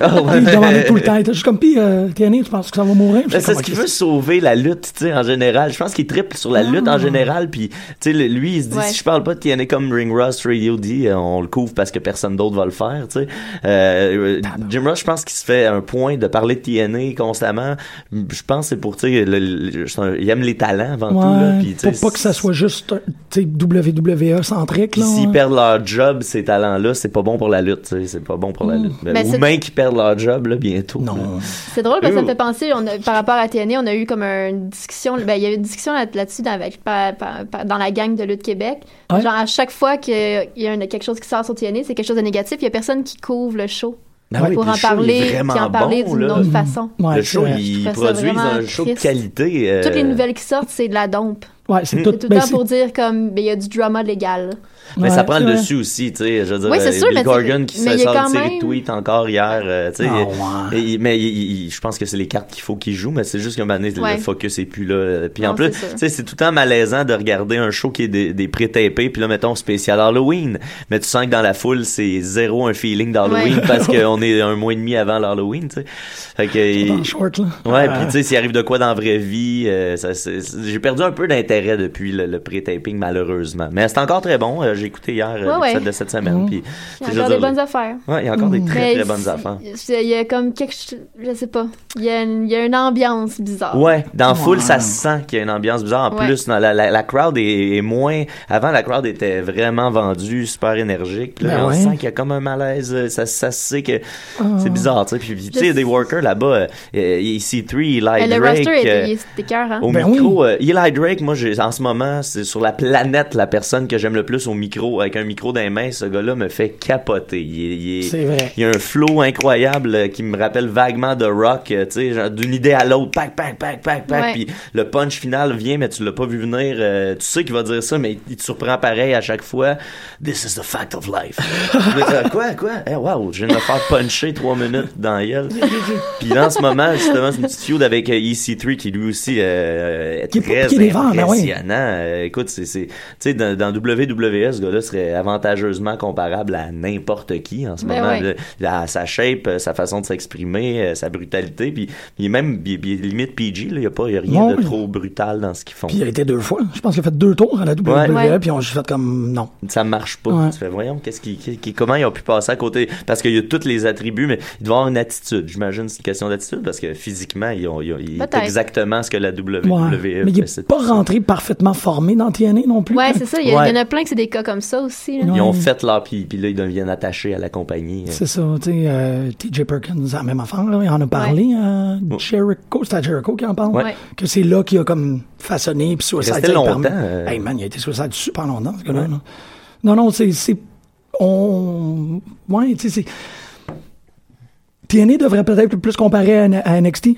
S1: Ah, ouais.
S5: Il demandait tout le temps. Il était juste comme, pis euh, TNA, tu penses que ça va mourir?
S1: Mais
S5: J'étais
S1: Ben, c'est
S5: comme,
S1: ce qui
S5: ok,
S1: veut sauver la lutte, tu sais, en général. Je pense qu'il triple sur la lutte en général, puis, tu sais, le- lui, il se dit,
S6: Ouais.
S1: si je parle pas de TNA comme Ring Rust, Radio D, euh, on le couvre parce que personne d'autre va le faire, tu sais. Euh, euh, Jim Ross, je pense qu'il se fait un point de parler de TNA constamment. Je pense que c'est pour, tu sais, le- le- c'est un- il aime les talents avant tout, là,
S5: ouais,
S1: puis, tu sais,
S5: pour pas que ça soit hein. juste euh, tu sais, WWE centrique.
S1: puis
S5: Là,
S1: s'ils
S5: ouais.
S1: perdent leur job, ces talents-là, c'est pas bon pour la lutte, tu sais, c'est pas bon pour la lutte. Euh,
S6: Mais
S1: ou
S6: Ben, c'est-
S1: même qu'ils perdent leur job, là, bientôt. là.
S5: Mm. Non.
S6: C'est drôle parce que ça me
S1: Ouh.
S6: fait penser, on a- par rapport à TNA, on a eu comme une discussion, ben, il y a eu une discussion là- là-dessus dans- avec- par- par- par- dans la gang de Lutte Québec.
S5: Ouais.
S6: Genre, à chaque fois qu'il y a une- quelque chose qui sort sur TNA, c'est quelque chose de négatif, il y a personne qui couvre le show
S1: Ben oui,
S6: pour
S1: puis
S6: en
S1: le show, il est
S6: parler,
S1: vraiment
S6: puis en parler
S1: bon,
S6: d'une
S1: là.
S6: autre façon.
S5: Ouais,
S1: le
S5: c'est
S1: show,
S5: vrai.
S1: ils
S6: trouvais ça
S1: produisent
S6: vraiment
S1: un show de
S6: triste.
S1: qualité. euh,
S6: Toutes les nouvelles qui sortent, c'est de la dompe.
S5: Ouais, c'est tout.
S6: C'est tout le
S5: ben,
S6: temps
S5: c'est-
S6: pour dire comme, ben, il y a du drama légal.
S1: Mais
S5: ouais,
S1: Ben, ça prend
S5: c'est
S1: le
S5: vrai.
S1: dessus aussi, tu sais. Je veux dire,
S6: Oui, c'est
S1: euh,
S6: sûr,
S1: Bill
S6: mais
S1: Corgan
S6: c'est-
S1: qui
S6: mais
S1: s'est
S6: il est
S1: sorti
S6: quand
S1: une série de
S6: même-
S1: tweets encore hier, euh, tu sais.
S5: Ah, ouais.
S1: Et il- mais il- il- je pense que c'est les cartes qu'il faut qu'il joue, mais c'est juste qu'à un moment donné,
S6: Ouais.
S1: le focus est plus là. euh, Puis en
S6: Non,
S1: plus,
S6: c'est sûr.
S1: tu sais, c'est tout le temps malaisant de regarder un show qui est des, des pré-tapés, puis là, mettons, spécial Halloween. Mais tu sens que dans la foule, c'est zéro un feeling d'Halloween
S6: Ouais.
S1: parce qu'on est un mois et demi avant l'Halloween, tu sais. Fait que...
S5: Dans short, là.
S1: Ouais,
S5: Ah.
S1: puis tu sais, s'il arrive de quoi dans la vraie vie, euh, ça, c'est- c'est- j'ai perdu un peu d'intérêt depuis le, le pré-taping, malheureusement. Mais c'est encore très bon. euh, j'ai écouté hier euh,
S6: Ouais, ouais.
S1: l'épisode de cette semaine. puis
S6: Il
S1: puis
S6: y a
S1: je veux
S6: encore
S1: dire,
S6: des bonnes affaires.
S1: ouais, il y a encore des très,
S6: Mais Ah.
S1: très
S6: il-
S1: bonnes affaires.
S6: Il y a comme quelque chose, je sais pas, il y a une, il y a une ambiance bizarre.
S1: Ouais, dans
S5: Ouais.
S1: full, ça se sent qu'il y a une ambiance bizarre. En
S6: Ouais.
S1: plus, dans la, la, la crowd est, est moins. Avant, la crowd était vraiment vendue, super énergique. Là,
S5: Ben
S1: on
S5: ouais.
S1: sent qu'il y a comme un malaise. euh, Ça, ça se sait que
S6: Ah.
S1: c'est bizarre. tu sais. Puis, puis, tu sais, il y a des workers là-bas. Euh, euh, EC3, Eli Drake.
S6: Mais le roster était,
S1: euh,
S6: il est- c'était cœur, hein?
S1: Au
S5: Ben
S1: micro, euh, Eli Drake, moi, j'ai- j'ai- en ce moment, c'est sur la planète la personne que j'aime le plus au micro, avec un micro dans les mains. Ce gars-là me fait capoter. Il, est- il est-
S5: C'est vrai.
S1: il y a un flow incroyable euh, qui me rappelle vaguement de rock, euh, tu sais, genre d'une idée à l'autre, pac, pac, pac, pac, pac,
S6: Ouais.
S1: puis le punch final vient, mais tu l'as pas vu venir. euh, tu sais qu'il va dire ça, mais il te surprend pareil à chaque fois. This is the fact of life. Je me dis, quoi, quoi? Eh, wow, je viens de me faire puncher trois minutes dans la gueule. puis en ce moment, justement, c'est une petite feud avec euh, EC3 qui lui aussi euh, est
S5: Qui est-
S1: très
S5: qui est des vents, ben oui.
S1: impressionnant. Euh, écoute, c'est, c'est, tu sais, dans, dans WWE, ce gars-là serait avantageusement comparable à n'importe qui en ce
S6: Ben
S1: moment.
S6: ouais.
S1: Le- la- sa shape, euh, sa façon de s'exprimer, euh, sa brutalité, puis il est même il- il est limite PG, là, il y a pas il y a rien
S5: Ouais,
S1: de
S5: oui.
S1: trop brutal dans ce qu'ils font.
S5: Puis il a été deux fois. Je pense qu'il a fait deux tours à la WWE,
S6: Ouais.
S5: puis on a juste fait comme non.
S1: Ça marche pas.
S5: Ouais.
S1: Tu fais voyons qu'est-ce qui, qui- qui- comment ils ont pu passer à côté parce qu'il y a tous les attributs mais il doit avoir une attitude. J'imagine c'est une question d'attitude parce que physiquement ils ont, ils ont- il est
S6: Peut-être.
S1: exactement ce que la WWE.
S5: Ouais. Mais il
S1: E fait,
S5: n'est pas rentré parfaitement formé dans TNA non plus. hein.
S6: Ouais, c'est ça. Il y, a-
S1: Ouais.
S6: il y en a plein que c'est des cas comme ça aussi. là.
S1: Ils ont
S5: Ouais.
S1: fait leur puis, puis là ils deviennent attachés à la compagnie.
S5: C'est ça, tu sais, euh, TJ Perkins, c'est la même affaire, là, il en a parlé, euh, Jericho, c'est à Jericho qui en parle,
S1: Ouais.
S5: que c'est là qu'il a comme façonné, puis Suicide
S1: restait
S5: Squad
S1: longtemps,
S5: permet-
S1: euh.
S5: Hey man, il a été Suicide super longtemps, ce gars-là. là. Non, non, c'est... c'est- On... Ouais, tu sais, c'est... TNA devrait peut-être plus comparer à, N- à NXT.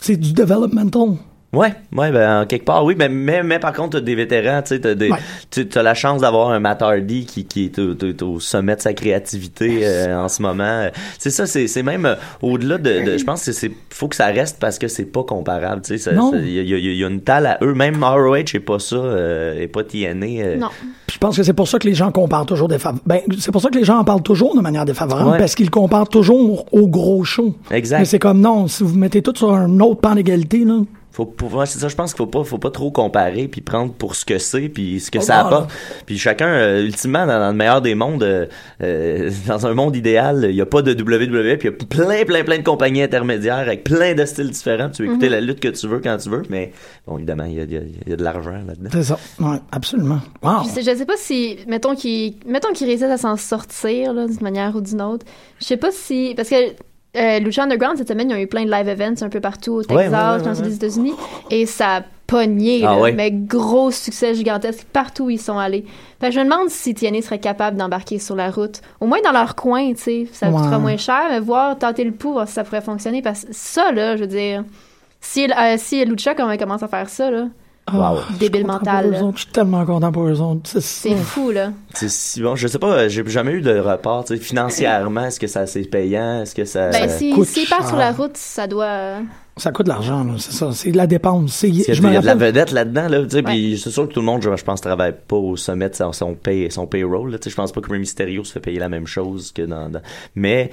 S5: C'est du developmental.
S1: Ouais, ouais, ben en quelque part, oui, mais, mais, mais par contre, t'as des vétérans, tu sais, t'as des,
S5: Ouais.
S1: tu as la chance d'avoir un Matt Hardy qui, qui est, au- est au sommet de sa créativité euh, en ce moment. C'est ça, c'est c'est même euh, au-delà de, de- je pense que c'est, faut que ça reste parce que c'est pas comparable, tu sais, ça-
S5: Non.
S1: ça- il y a, il y a- il y a une talle à eux, même ROH est pas ça, euh, est pas TNA. euh,
S6: Non.
S5: Puis je pense que c'est pour ça que les gens comparent toujours défavorable. Ben, c'est pour ça que les gens en parlent toujours de manière défavorable,
S1: Ouais.
S5: parce qu'ils comparent toujours au gros show.
S1: Exact.
S5: Mais c'est comme non, si vous mettez tout sur un autre pan d'égalité, là.
S1: faut pour moi c'est ça je pense qu'il faut pas faut pas trop comparer puis prendre pour ce que c'est puis ce que
S5: Oh,
S1: ça
S5: non,
S1: apporte puis chacun euh, ultimement dans, dans le meilleur des mondes euh, euh, dans un monde idéal il y a pas de WWE puis il y a plein plein plein de compagnies intermédiaires avec plein de styles différents tu veux
S5: Mhm.
S1: écouter la lutte que tu veux quand tu veux mais bon évidemment il y a, il y a- il y a de l'argent là-dedans
S5: C'est ça. Ouais, absolument. Wow.
S6: Puis c'est- Je sais pas si, mettons qu'il mettons qu'il réussisse à s'en sortir là, d'une manière ou d'une autre. Je sais pas si. Parce que euh, Lucha Underground, cette semaine, ils ont eu plein de live events un peu partout au
S1: ouais,
S6: Texas,
S1: ouais,
S6: dans le sud
S1: ouais.
S6: des États-Unis. Et ça a pogné,
S1: Ah
S6: là,
S1: ouais.
S6: mais gros succès gigantesque partout où ils sont allés. Fait que je me demande si TNA serait capable d'embarquer sur la route. Au moins dans leur coin, tu sais. Ça
S5: Ouais.
S6: coûtera moins cher, mais voir, tenter le pouls, voir si ça pourrait fonctionner. Parce que ça, là, je veux dire. Si, euh, si Lucha comment- commence à faire ça, là,
S5: Ah,
S1: Wow.
S5: je suis
S6: Débile
S5: content
S6: mental,
S5: pour eux
S6: là.
S5: autres. Je suis tellement content pour eux autres. C'est ça.
S6: c'est fou, là.
S1: c'est si bon je sais pas euh, j'ai jamais eu de report tu sais, financièrement est-ce que ça c'est payant est-ce que ça ça-
S6: Ben, si,
S5: coûte
S6: s'il part sur
S5: cher.
S6: la route, ça doit. euh,
S5: Ça coûte de l'argent, là. C'est ça. C'est de la dépense. C'est,
S1: Il y a,
S5: je
S1: de-
S5: me
S1: il y a de la
S5: rappelle.
S1: vedette là-dedans, là, tu sais,
S6: Ouais.
S1: puis c'est sûr que tout le monde, je, je pense, travaille pas au sommet de son, son pay, son payroll, là, tu sais, je pense pas que Rey Mysterio se fait payer la même chose que dans, dans- mais,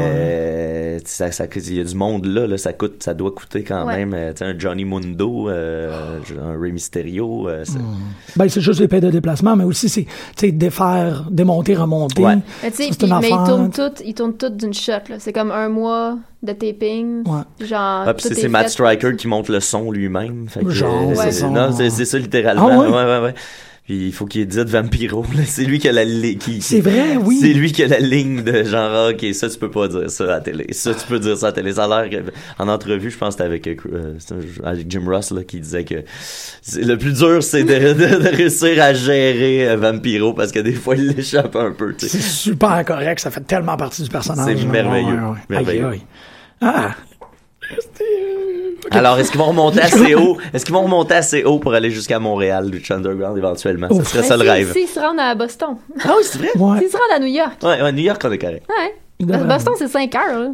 S1: euh, ça, ça, il y a du monde là, là, ça coûte, ça doit coûter quand
S6: Ouais.
S1: même, euh, tu sais, un Johnny Mundo, euh, un Rey Mysterio, euh, c'est-
S5: Ben, c'est juste les paies de déplacement, mais aussi c'est, tu sais, défaire, démonter, remonter.
S1: Ouais.
S6: Mais, tu sais,
S5: Ça, c'est
S6: puis-
S5: une
S6: mais ils
S5: affaire.
S6: tournent toutes, ils tournent toutes d'une shot. là. C'est comme un mois de taping.
S5: Ouais.
S6: Genre.
S1: Ah, puis
S6: tout
S1: c'est
S6: est
S1: c'est Matt
S6: fait.
S1: Striker qui monte le son lui-même. Fait que,
S5: Genre,
S1: euh,
S5: ouais.
S1: c'est-
S5: Ouais.
S1: non, c'est c'est ça littéralement.
S5: Ah
S1: ouais,
S5: ouais?
S1: ouais, ouais. Puis il faut qu'il édite Vampiro. là. C'est lui qui a la li- qui-
S5: C'est vrai, oui.
S1: C'est lui qui a la ligne de genre, ah, ok, ça tu peux pas dire ça à la télé. Ça tu peux dire ça à la télé. Ça a l'air que- en entrevue, je pense que c'était avec, euh, c'était avec Jim Ross là, qui disait que c'est- le plus dur c'est de, de- de réussir à gérer euh, Vampiro parce que des fois il l'échappe un peu. tu sais.
S5: C'est super correct. Ça fait tellement partie du personnage.
S1: C'est
S5: là.
S1: merveilleux.
S5: Ouais, ouais, ouais.
S1: Merveilleux.
S5: Aïe, aïe. Ah.
S1: Alors, est-ce qu'ils vont remonter assez haut? Est-ce qu'ils vont remonter assez haut pour aller jusqu'à Montréal, Lucha Underground, éventuellement? Ce
S5: Ouf.
S1: serait
S6: Ben,
S1: ça le
S6: si-
S1: rêve.
S6: S'ils se rendent à Boston.
S1: Ah oui, c'est vrai?
S5: Ouais.
S6: S'ils se rendent à New York.
S1: Ouais, ouais, New York, on est correct.
S6: Ouais.
S5: devrait-
S6: Boston, c'est 5 heures. là.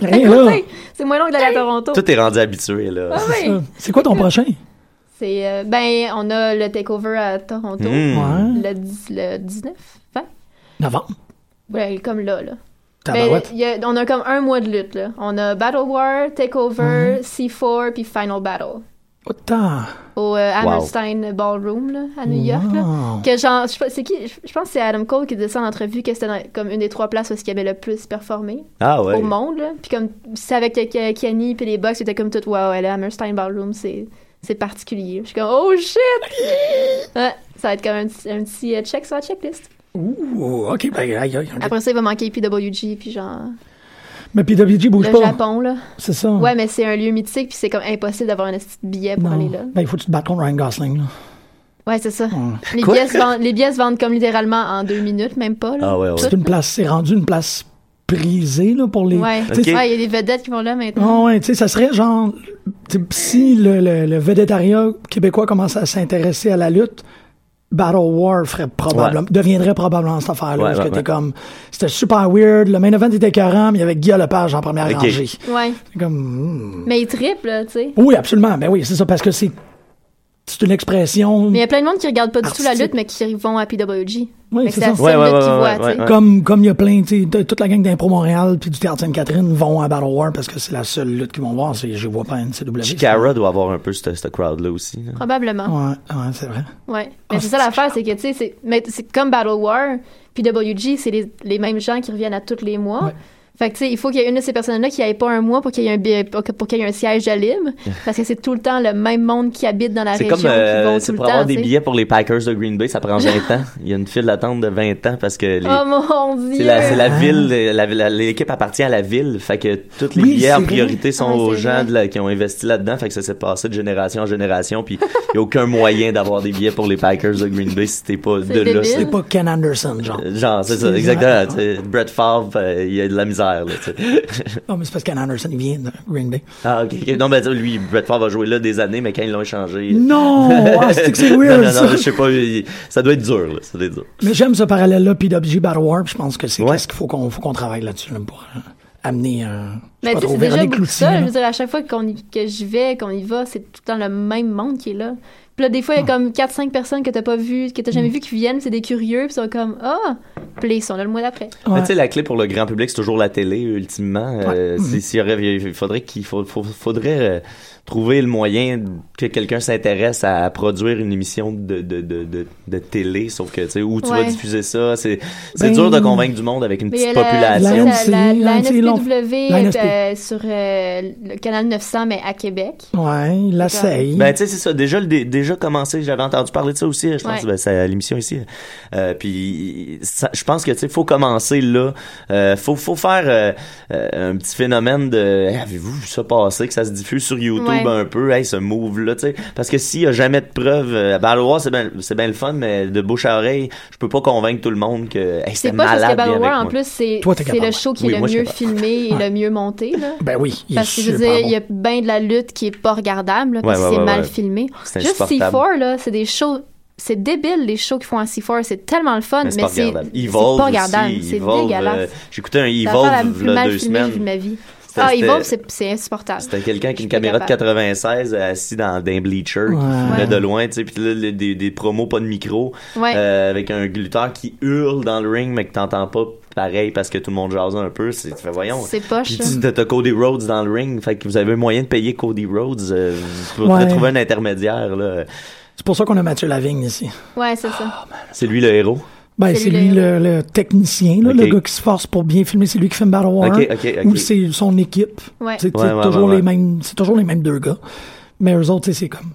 S5: Rien, là.
S6: Tu sais, C'est moins long que d'aller à Toronto.
S1: Tout est rendu habitué, là.
S6: Ah oui.
S5: Ça. euh, C'est quoi ton prochain?
S6: C'est. euh, ben, on a le takeover à Toronto.
S1: Hmm.
S5: Ouais.
S6: Le, dix- le 19, 20. Ben,
S5: Novembre.
S6: Ouais, comme là, là. Mais
S5: Tabarouette.
S6: il y a- on a comme un mois de lutte, là. On a Battle War, Takeover,
S5: Mm-hmm.
S6: C4, puis Final Battle.
S5: Autant.
S6: au euh, Hammerstein Ballroom là, à New York. là.
S5: Wow.
S6: Que genre, je sais pas- c'est qui Je je pense que c'est Adam Cole qui disait ça en entrevue que c'était dans- comme une des trois places où il y avait le plus performé
S1: Ah ouais.
S6: au monde. là. Puis comme c'est avec euh, Ke- Kenny puis les Bucks, c'était comme tout waouh, le Hammerstein Ballroom, c'est c'est particulier. Je suis comme oh shit. Ouais, ça va être comme un petit, un petit, euh, check sur la checklist. Ah.
S5: Ouh, oh, ok, ben, aïe, aïe, aïe.
S6: Après ça, il va manquer PWG puis genre
S5: Mais PWG bouge
S6: Le
S5: pas.
S6: Japon, là.
S5: C'est ça.
S6: Ouais, mais c'est un lieu mythique, puis c'est comme impossible d'avoir un petit billet pour
S5: Non.
S6: aller là.
S5: Ben, il faut que tu te battes contre Ryan Gosling. là.
S6: Ouais, c'est ça. Les, billets se vendent, les billets se vendent comme littéralement en deux minutes, même pas. Là.
S1: Ah ouais, ouais.
S6: Tout.
S5: C'est une place, c'est rendu une place prisée là, pour les.
S6: Ouais,
S5: Tu sais,
S1: Ok.
S6: Ouais, il y a des vedettes qui vont là maintenant.
S5: Ah ouais, tu sais, ça serait genre. tu sais, Si le, le, le védétariat québécois commence à s'intéresser à la lutte, Battle War ferait probablement,
S1: Ouais.
S5: deviendrait probablement cette affaire-là.
S1: Ouais,
S5: parce que
S1: ouais,
S5: t'es
S1: ouais.
S5: comme. C'était super weird. Le main event était carré, mais il y avait Guy Lepage en première
S1: Ok.
S5: rangée.
S6: Ouais.
S5: C'est comme. hmm.
S6: Mais ils triplent, là, tu sais.
S5: Oui, absolument. Ben oui, c'est ça, parce que c'est. C'est une expression.
S6: Mais il y a plein de monde qui regarde pas du tout la
S5: Artistique.
S6: lutte, mais qui vont à PWG.
S5: Oui,
S6: Fait que
S5: c'est
S6: c'est
S5: ça.
S6: la seule
S1: Ouais, ouais,
S6: lutte
S1: ouais,
S6: qu'ils
S1: ouais,
S6: voient,
S1: ouais,
S6: tu sais.
S1: ouais.
S5: Comme comme il y a plein, tu sais, t- toute la gang d'impro Montréal puis du théâtre Sainte-Catherine vont à Battle War parce que c'est la seule lutte qu'ils vont voir. c'est- Je vois pas NCW.
S1: Chikara doit avoir un peu cette, cette crowd-là aussi. là.
S5: Ouais,
S6: Probablement.
S5: ouais, c'est vrai.
S6: Ouais.
S5: Ah,
S6: Mais c'est ça
S5: c'est
S6: l'affaire, c'est que, tu sais, c'est- mais c'est comme Battle War, PWG, c'est les, les mêmes gens qui reviennent à tous les mois.
S5: Ouais.
S6: Fait que, tu sais, il faut qu'il y ait une de ces personnes-là qui aille pas un mois pour qu'il y ait un, bi- pour que- pour qu'il y ait un siège de libre, parce que c'est tout le temps le même monde qui habite dans la
S1: C'est
S6: région
S1: comme
S6: qui
S1: euh,
S6: vont
S1: c'est
S6: tout le
S1: pour avoir
S6: temps,
S1: des
S6: tu sais.
S1: billets pour les Packers de Green Bay, ça prend 20 ans. Il y a une file d'attente de 20 ans parce que les,
S6: Oh mon dieu!
S1: C'est la, c'est la
S5: Ah.
S1: ville, la- la- l'équipe appartient à la ville, fait que toutes les
S5: Oui,
S1: billets en
S5: c'est vrai.
S1: priorité sont
S6: Ah,
S1: aux
S6: c'est
S1: gens
S6: vrai.
S1: de la- qui ont investi là-dedans, fait que ça s'est passé de génération en génération, puis il y a aucun moyen d'avoir des billets pour les Packers de Green Bay si t'es pas de
S6: C'est
S1: là.
S6: débile.
S1: c'est-
S5: C'est pas Ken Anderson, genre.
S1: euh, Genre, c'est
S5: C'est
S1: ça, exactement.
S5: exact.
S1: tu sais, Brett Favre, euh, il y a de la misère, là, tu sais.
S5: Non, mais c'est parce que Ken Anderson, il vient de Green Bay.
S1: Ah, ok, ok. Non, mais ça, lui, Brett Favre a joué là des années, mais quand ils l'ont échangé...
S5: Non! Ah, c'est que c'est
S1: non,
S5: weird,
S1: non,
S5: ça.
S1: non, je sais pas, il- ça doit être dur, là, ça doit être dur.
S5: Mais j'aime ce parallèle-là, PWG Battle War, puis je pense que c'est
S1: Ouais.
S5: ce qu'il faut qu'on faut qu'on travaille là-dessus là, pour euh, amener un.
S6: Mais tu sais, c'est déjà beaucoup ça. Je veux dire, à chaque fois qu'on y- que j'y vais, qu'on y va, c'est tout le temps le même monde qui est là. Puis là, des fois, il y a
S5: Ah.
S6: comme 4-5 personnes que t'as pas vues, que t'as
S5: Mm.
S6: jamais vues qui viennent, c'est des curieux, puis ils sont comme Ah! Puis là, ils sont là le mois d'après.
S1: Mais tu sais, la clé pour le grand public, c'est toujours la télé, ultimement. Euh,
S6: Mhm.
S1: si- s'il y aurait- il faudrait qu'il faut- faut- faudrait euh, trouver le moyen que quelqu'un s'intéresse à, produire une émission de, de, de, de, de télé, sauf que, tu sais, où tu vas
S6: Ouais.
S1: diffuser ça, c'est c'est
S5: Ben,
S1: dur de convaincre du monde avec une
S6: Mais il y a
S1: petite
S6: la,
S1: population.
S5: la-
S6: c'est la, la,
S5: NSP,
S6: NSPW
S5: l'ANSP.
S6: euh, sur euh, le canal 900, mais à Québec.
S5: Ouais, il l'essaye.
S1: Ben, tu sais, c'est ça. Déjà, le dé- déjà commencé, j'avais entendu parler de ça aussi. Je pense
S6: Ouais.
S1: ben, c'est à l'émission ici. Euh, puis, ça- je pense que, tu sais, faut commencer là. Euh, faut, faut faire euh, euh, un petit phénomène de Hey, avez-vous vu ça passer, que ça se diffuse sur YouTube
S6: Ouais.
S1: un peu, hey, ce move-là, tu sais. Parce que s'il y a jamais de preuves, euh, ben, alors, ouais, c'est bien c'est bien le fun, mais de bouche à oreille, je peux pas convaincre tout le monde que hey,
S6: C'est
S1: c'était
S6: pas parce que
S1: malade. viens
S6: Battle
S1: avec
S6: War, en
S1: moi.
S6: plus, c'est
S5: Toi, t'es
S6: c'est
S5: capable.
S6: le show qui
S1: Oui,
S6: est le
S1: moi, je suis
S6: mieux
S1: capable.
S6: filmé et le mieux monté. Là.
S5: Ben oui, il
S6: Parce que
S5: est
S6: je veux
S5: super
S6: dire, il y
S5: bon.
S6: a bien de la lutte qui est pas regardable
S1: Ouais,
S6: là, parce que
S1: ouais,
S6: c'est
S1: ouais,
S6: mal
S1: ouais.
S6: filmé.
S1: C'est
S6: Juste
S1: insupportable.
S6: C4, là, c'est des shows. C'est débile les shows qu'ils font en C4, c'est tellement le fun,
S1: Mais
S6: mais
S1: c'est
S6: c'est
S1: pas regardable.
S6: c'est
S1: Evolve
S6: pas regardable,
S1: aussi,
S6: c'est
S1: Evolve, euh,
S6: dégueulasse.
S1: J'écoutais un
S6: C'est la affaire la
S1: Evolve
S6: plus
S1: là,
S6: mal
S1: deux
S6: filmée que j'ai vue de
S1: semaines.
S6: ma vie.
S1: Ça,
S6: Ah,
S1: c'était-
S6: Evolve, c'est- c'est insupportable.
S1: C'était quelqu'un avec une
S6: Je suis
S1: caméra de
S6: pas capable.
S1: 96 euh, assis dans d'un bleacher qui filmait
S5: Ouais.
S1: de loin, tu sais, puis là les- des, des promos pas de micro
S6: Ouais.
S1: euh, avec un lutteur qui hurle dans le ring mais que t'entends pas pareil parce que tout le monde jase un peu, c'est tu fais voyons.
S6: C'est poche.
S1: Puis
S6: hein. là.
S1: tu- t'as t'as Cody Rhodes dans le ring, fait que vous avez moyen de payer Cody Rhodes euh, pour
S5: Ouais.
S1: trouver un intermédiaire là.
S5: C'est pour ça qu'on a Mathieu Lavigne ici.
S6: Ouais, c'est ça.
S1: C'est lui le héros.
S5: Ben,
S6: C'est
S5: c'est lui
S6: lui
S5: le, le technicien, là,
S1: Ok.
S5: le gars qui se force pour bien filmer. C'est lui qui filme Battle War.
S1: Ok, ok, ok.
S5: Ou c'est son équipe.
S6: Ouais.
S5: C'est
S1: Ouais,
S5: c'est
S1: ouais,
S5: toujours,
S1: ouais, ouais.
S5: les mêmes- c'est toujours les mêmes deux gars. Mais eux autres, tu sais, c'est comme.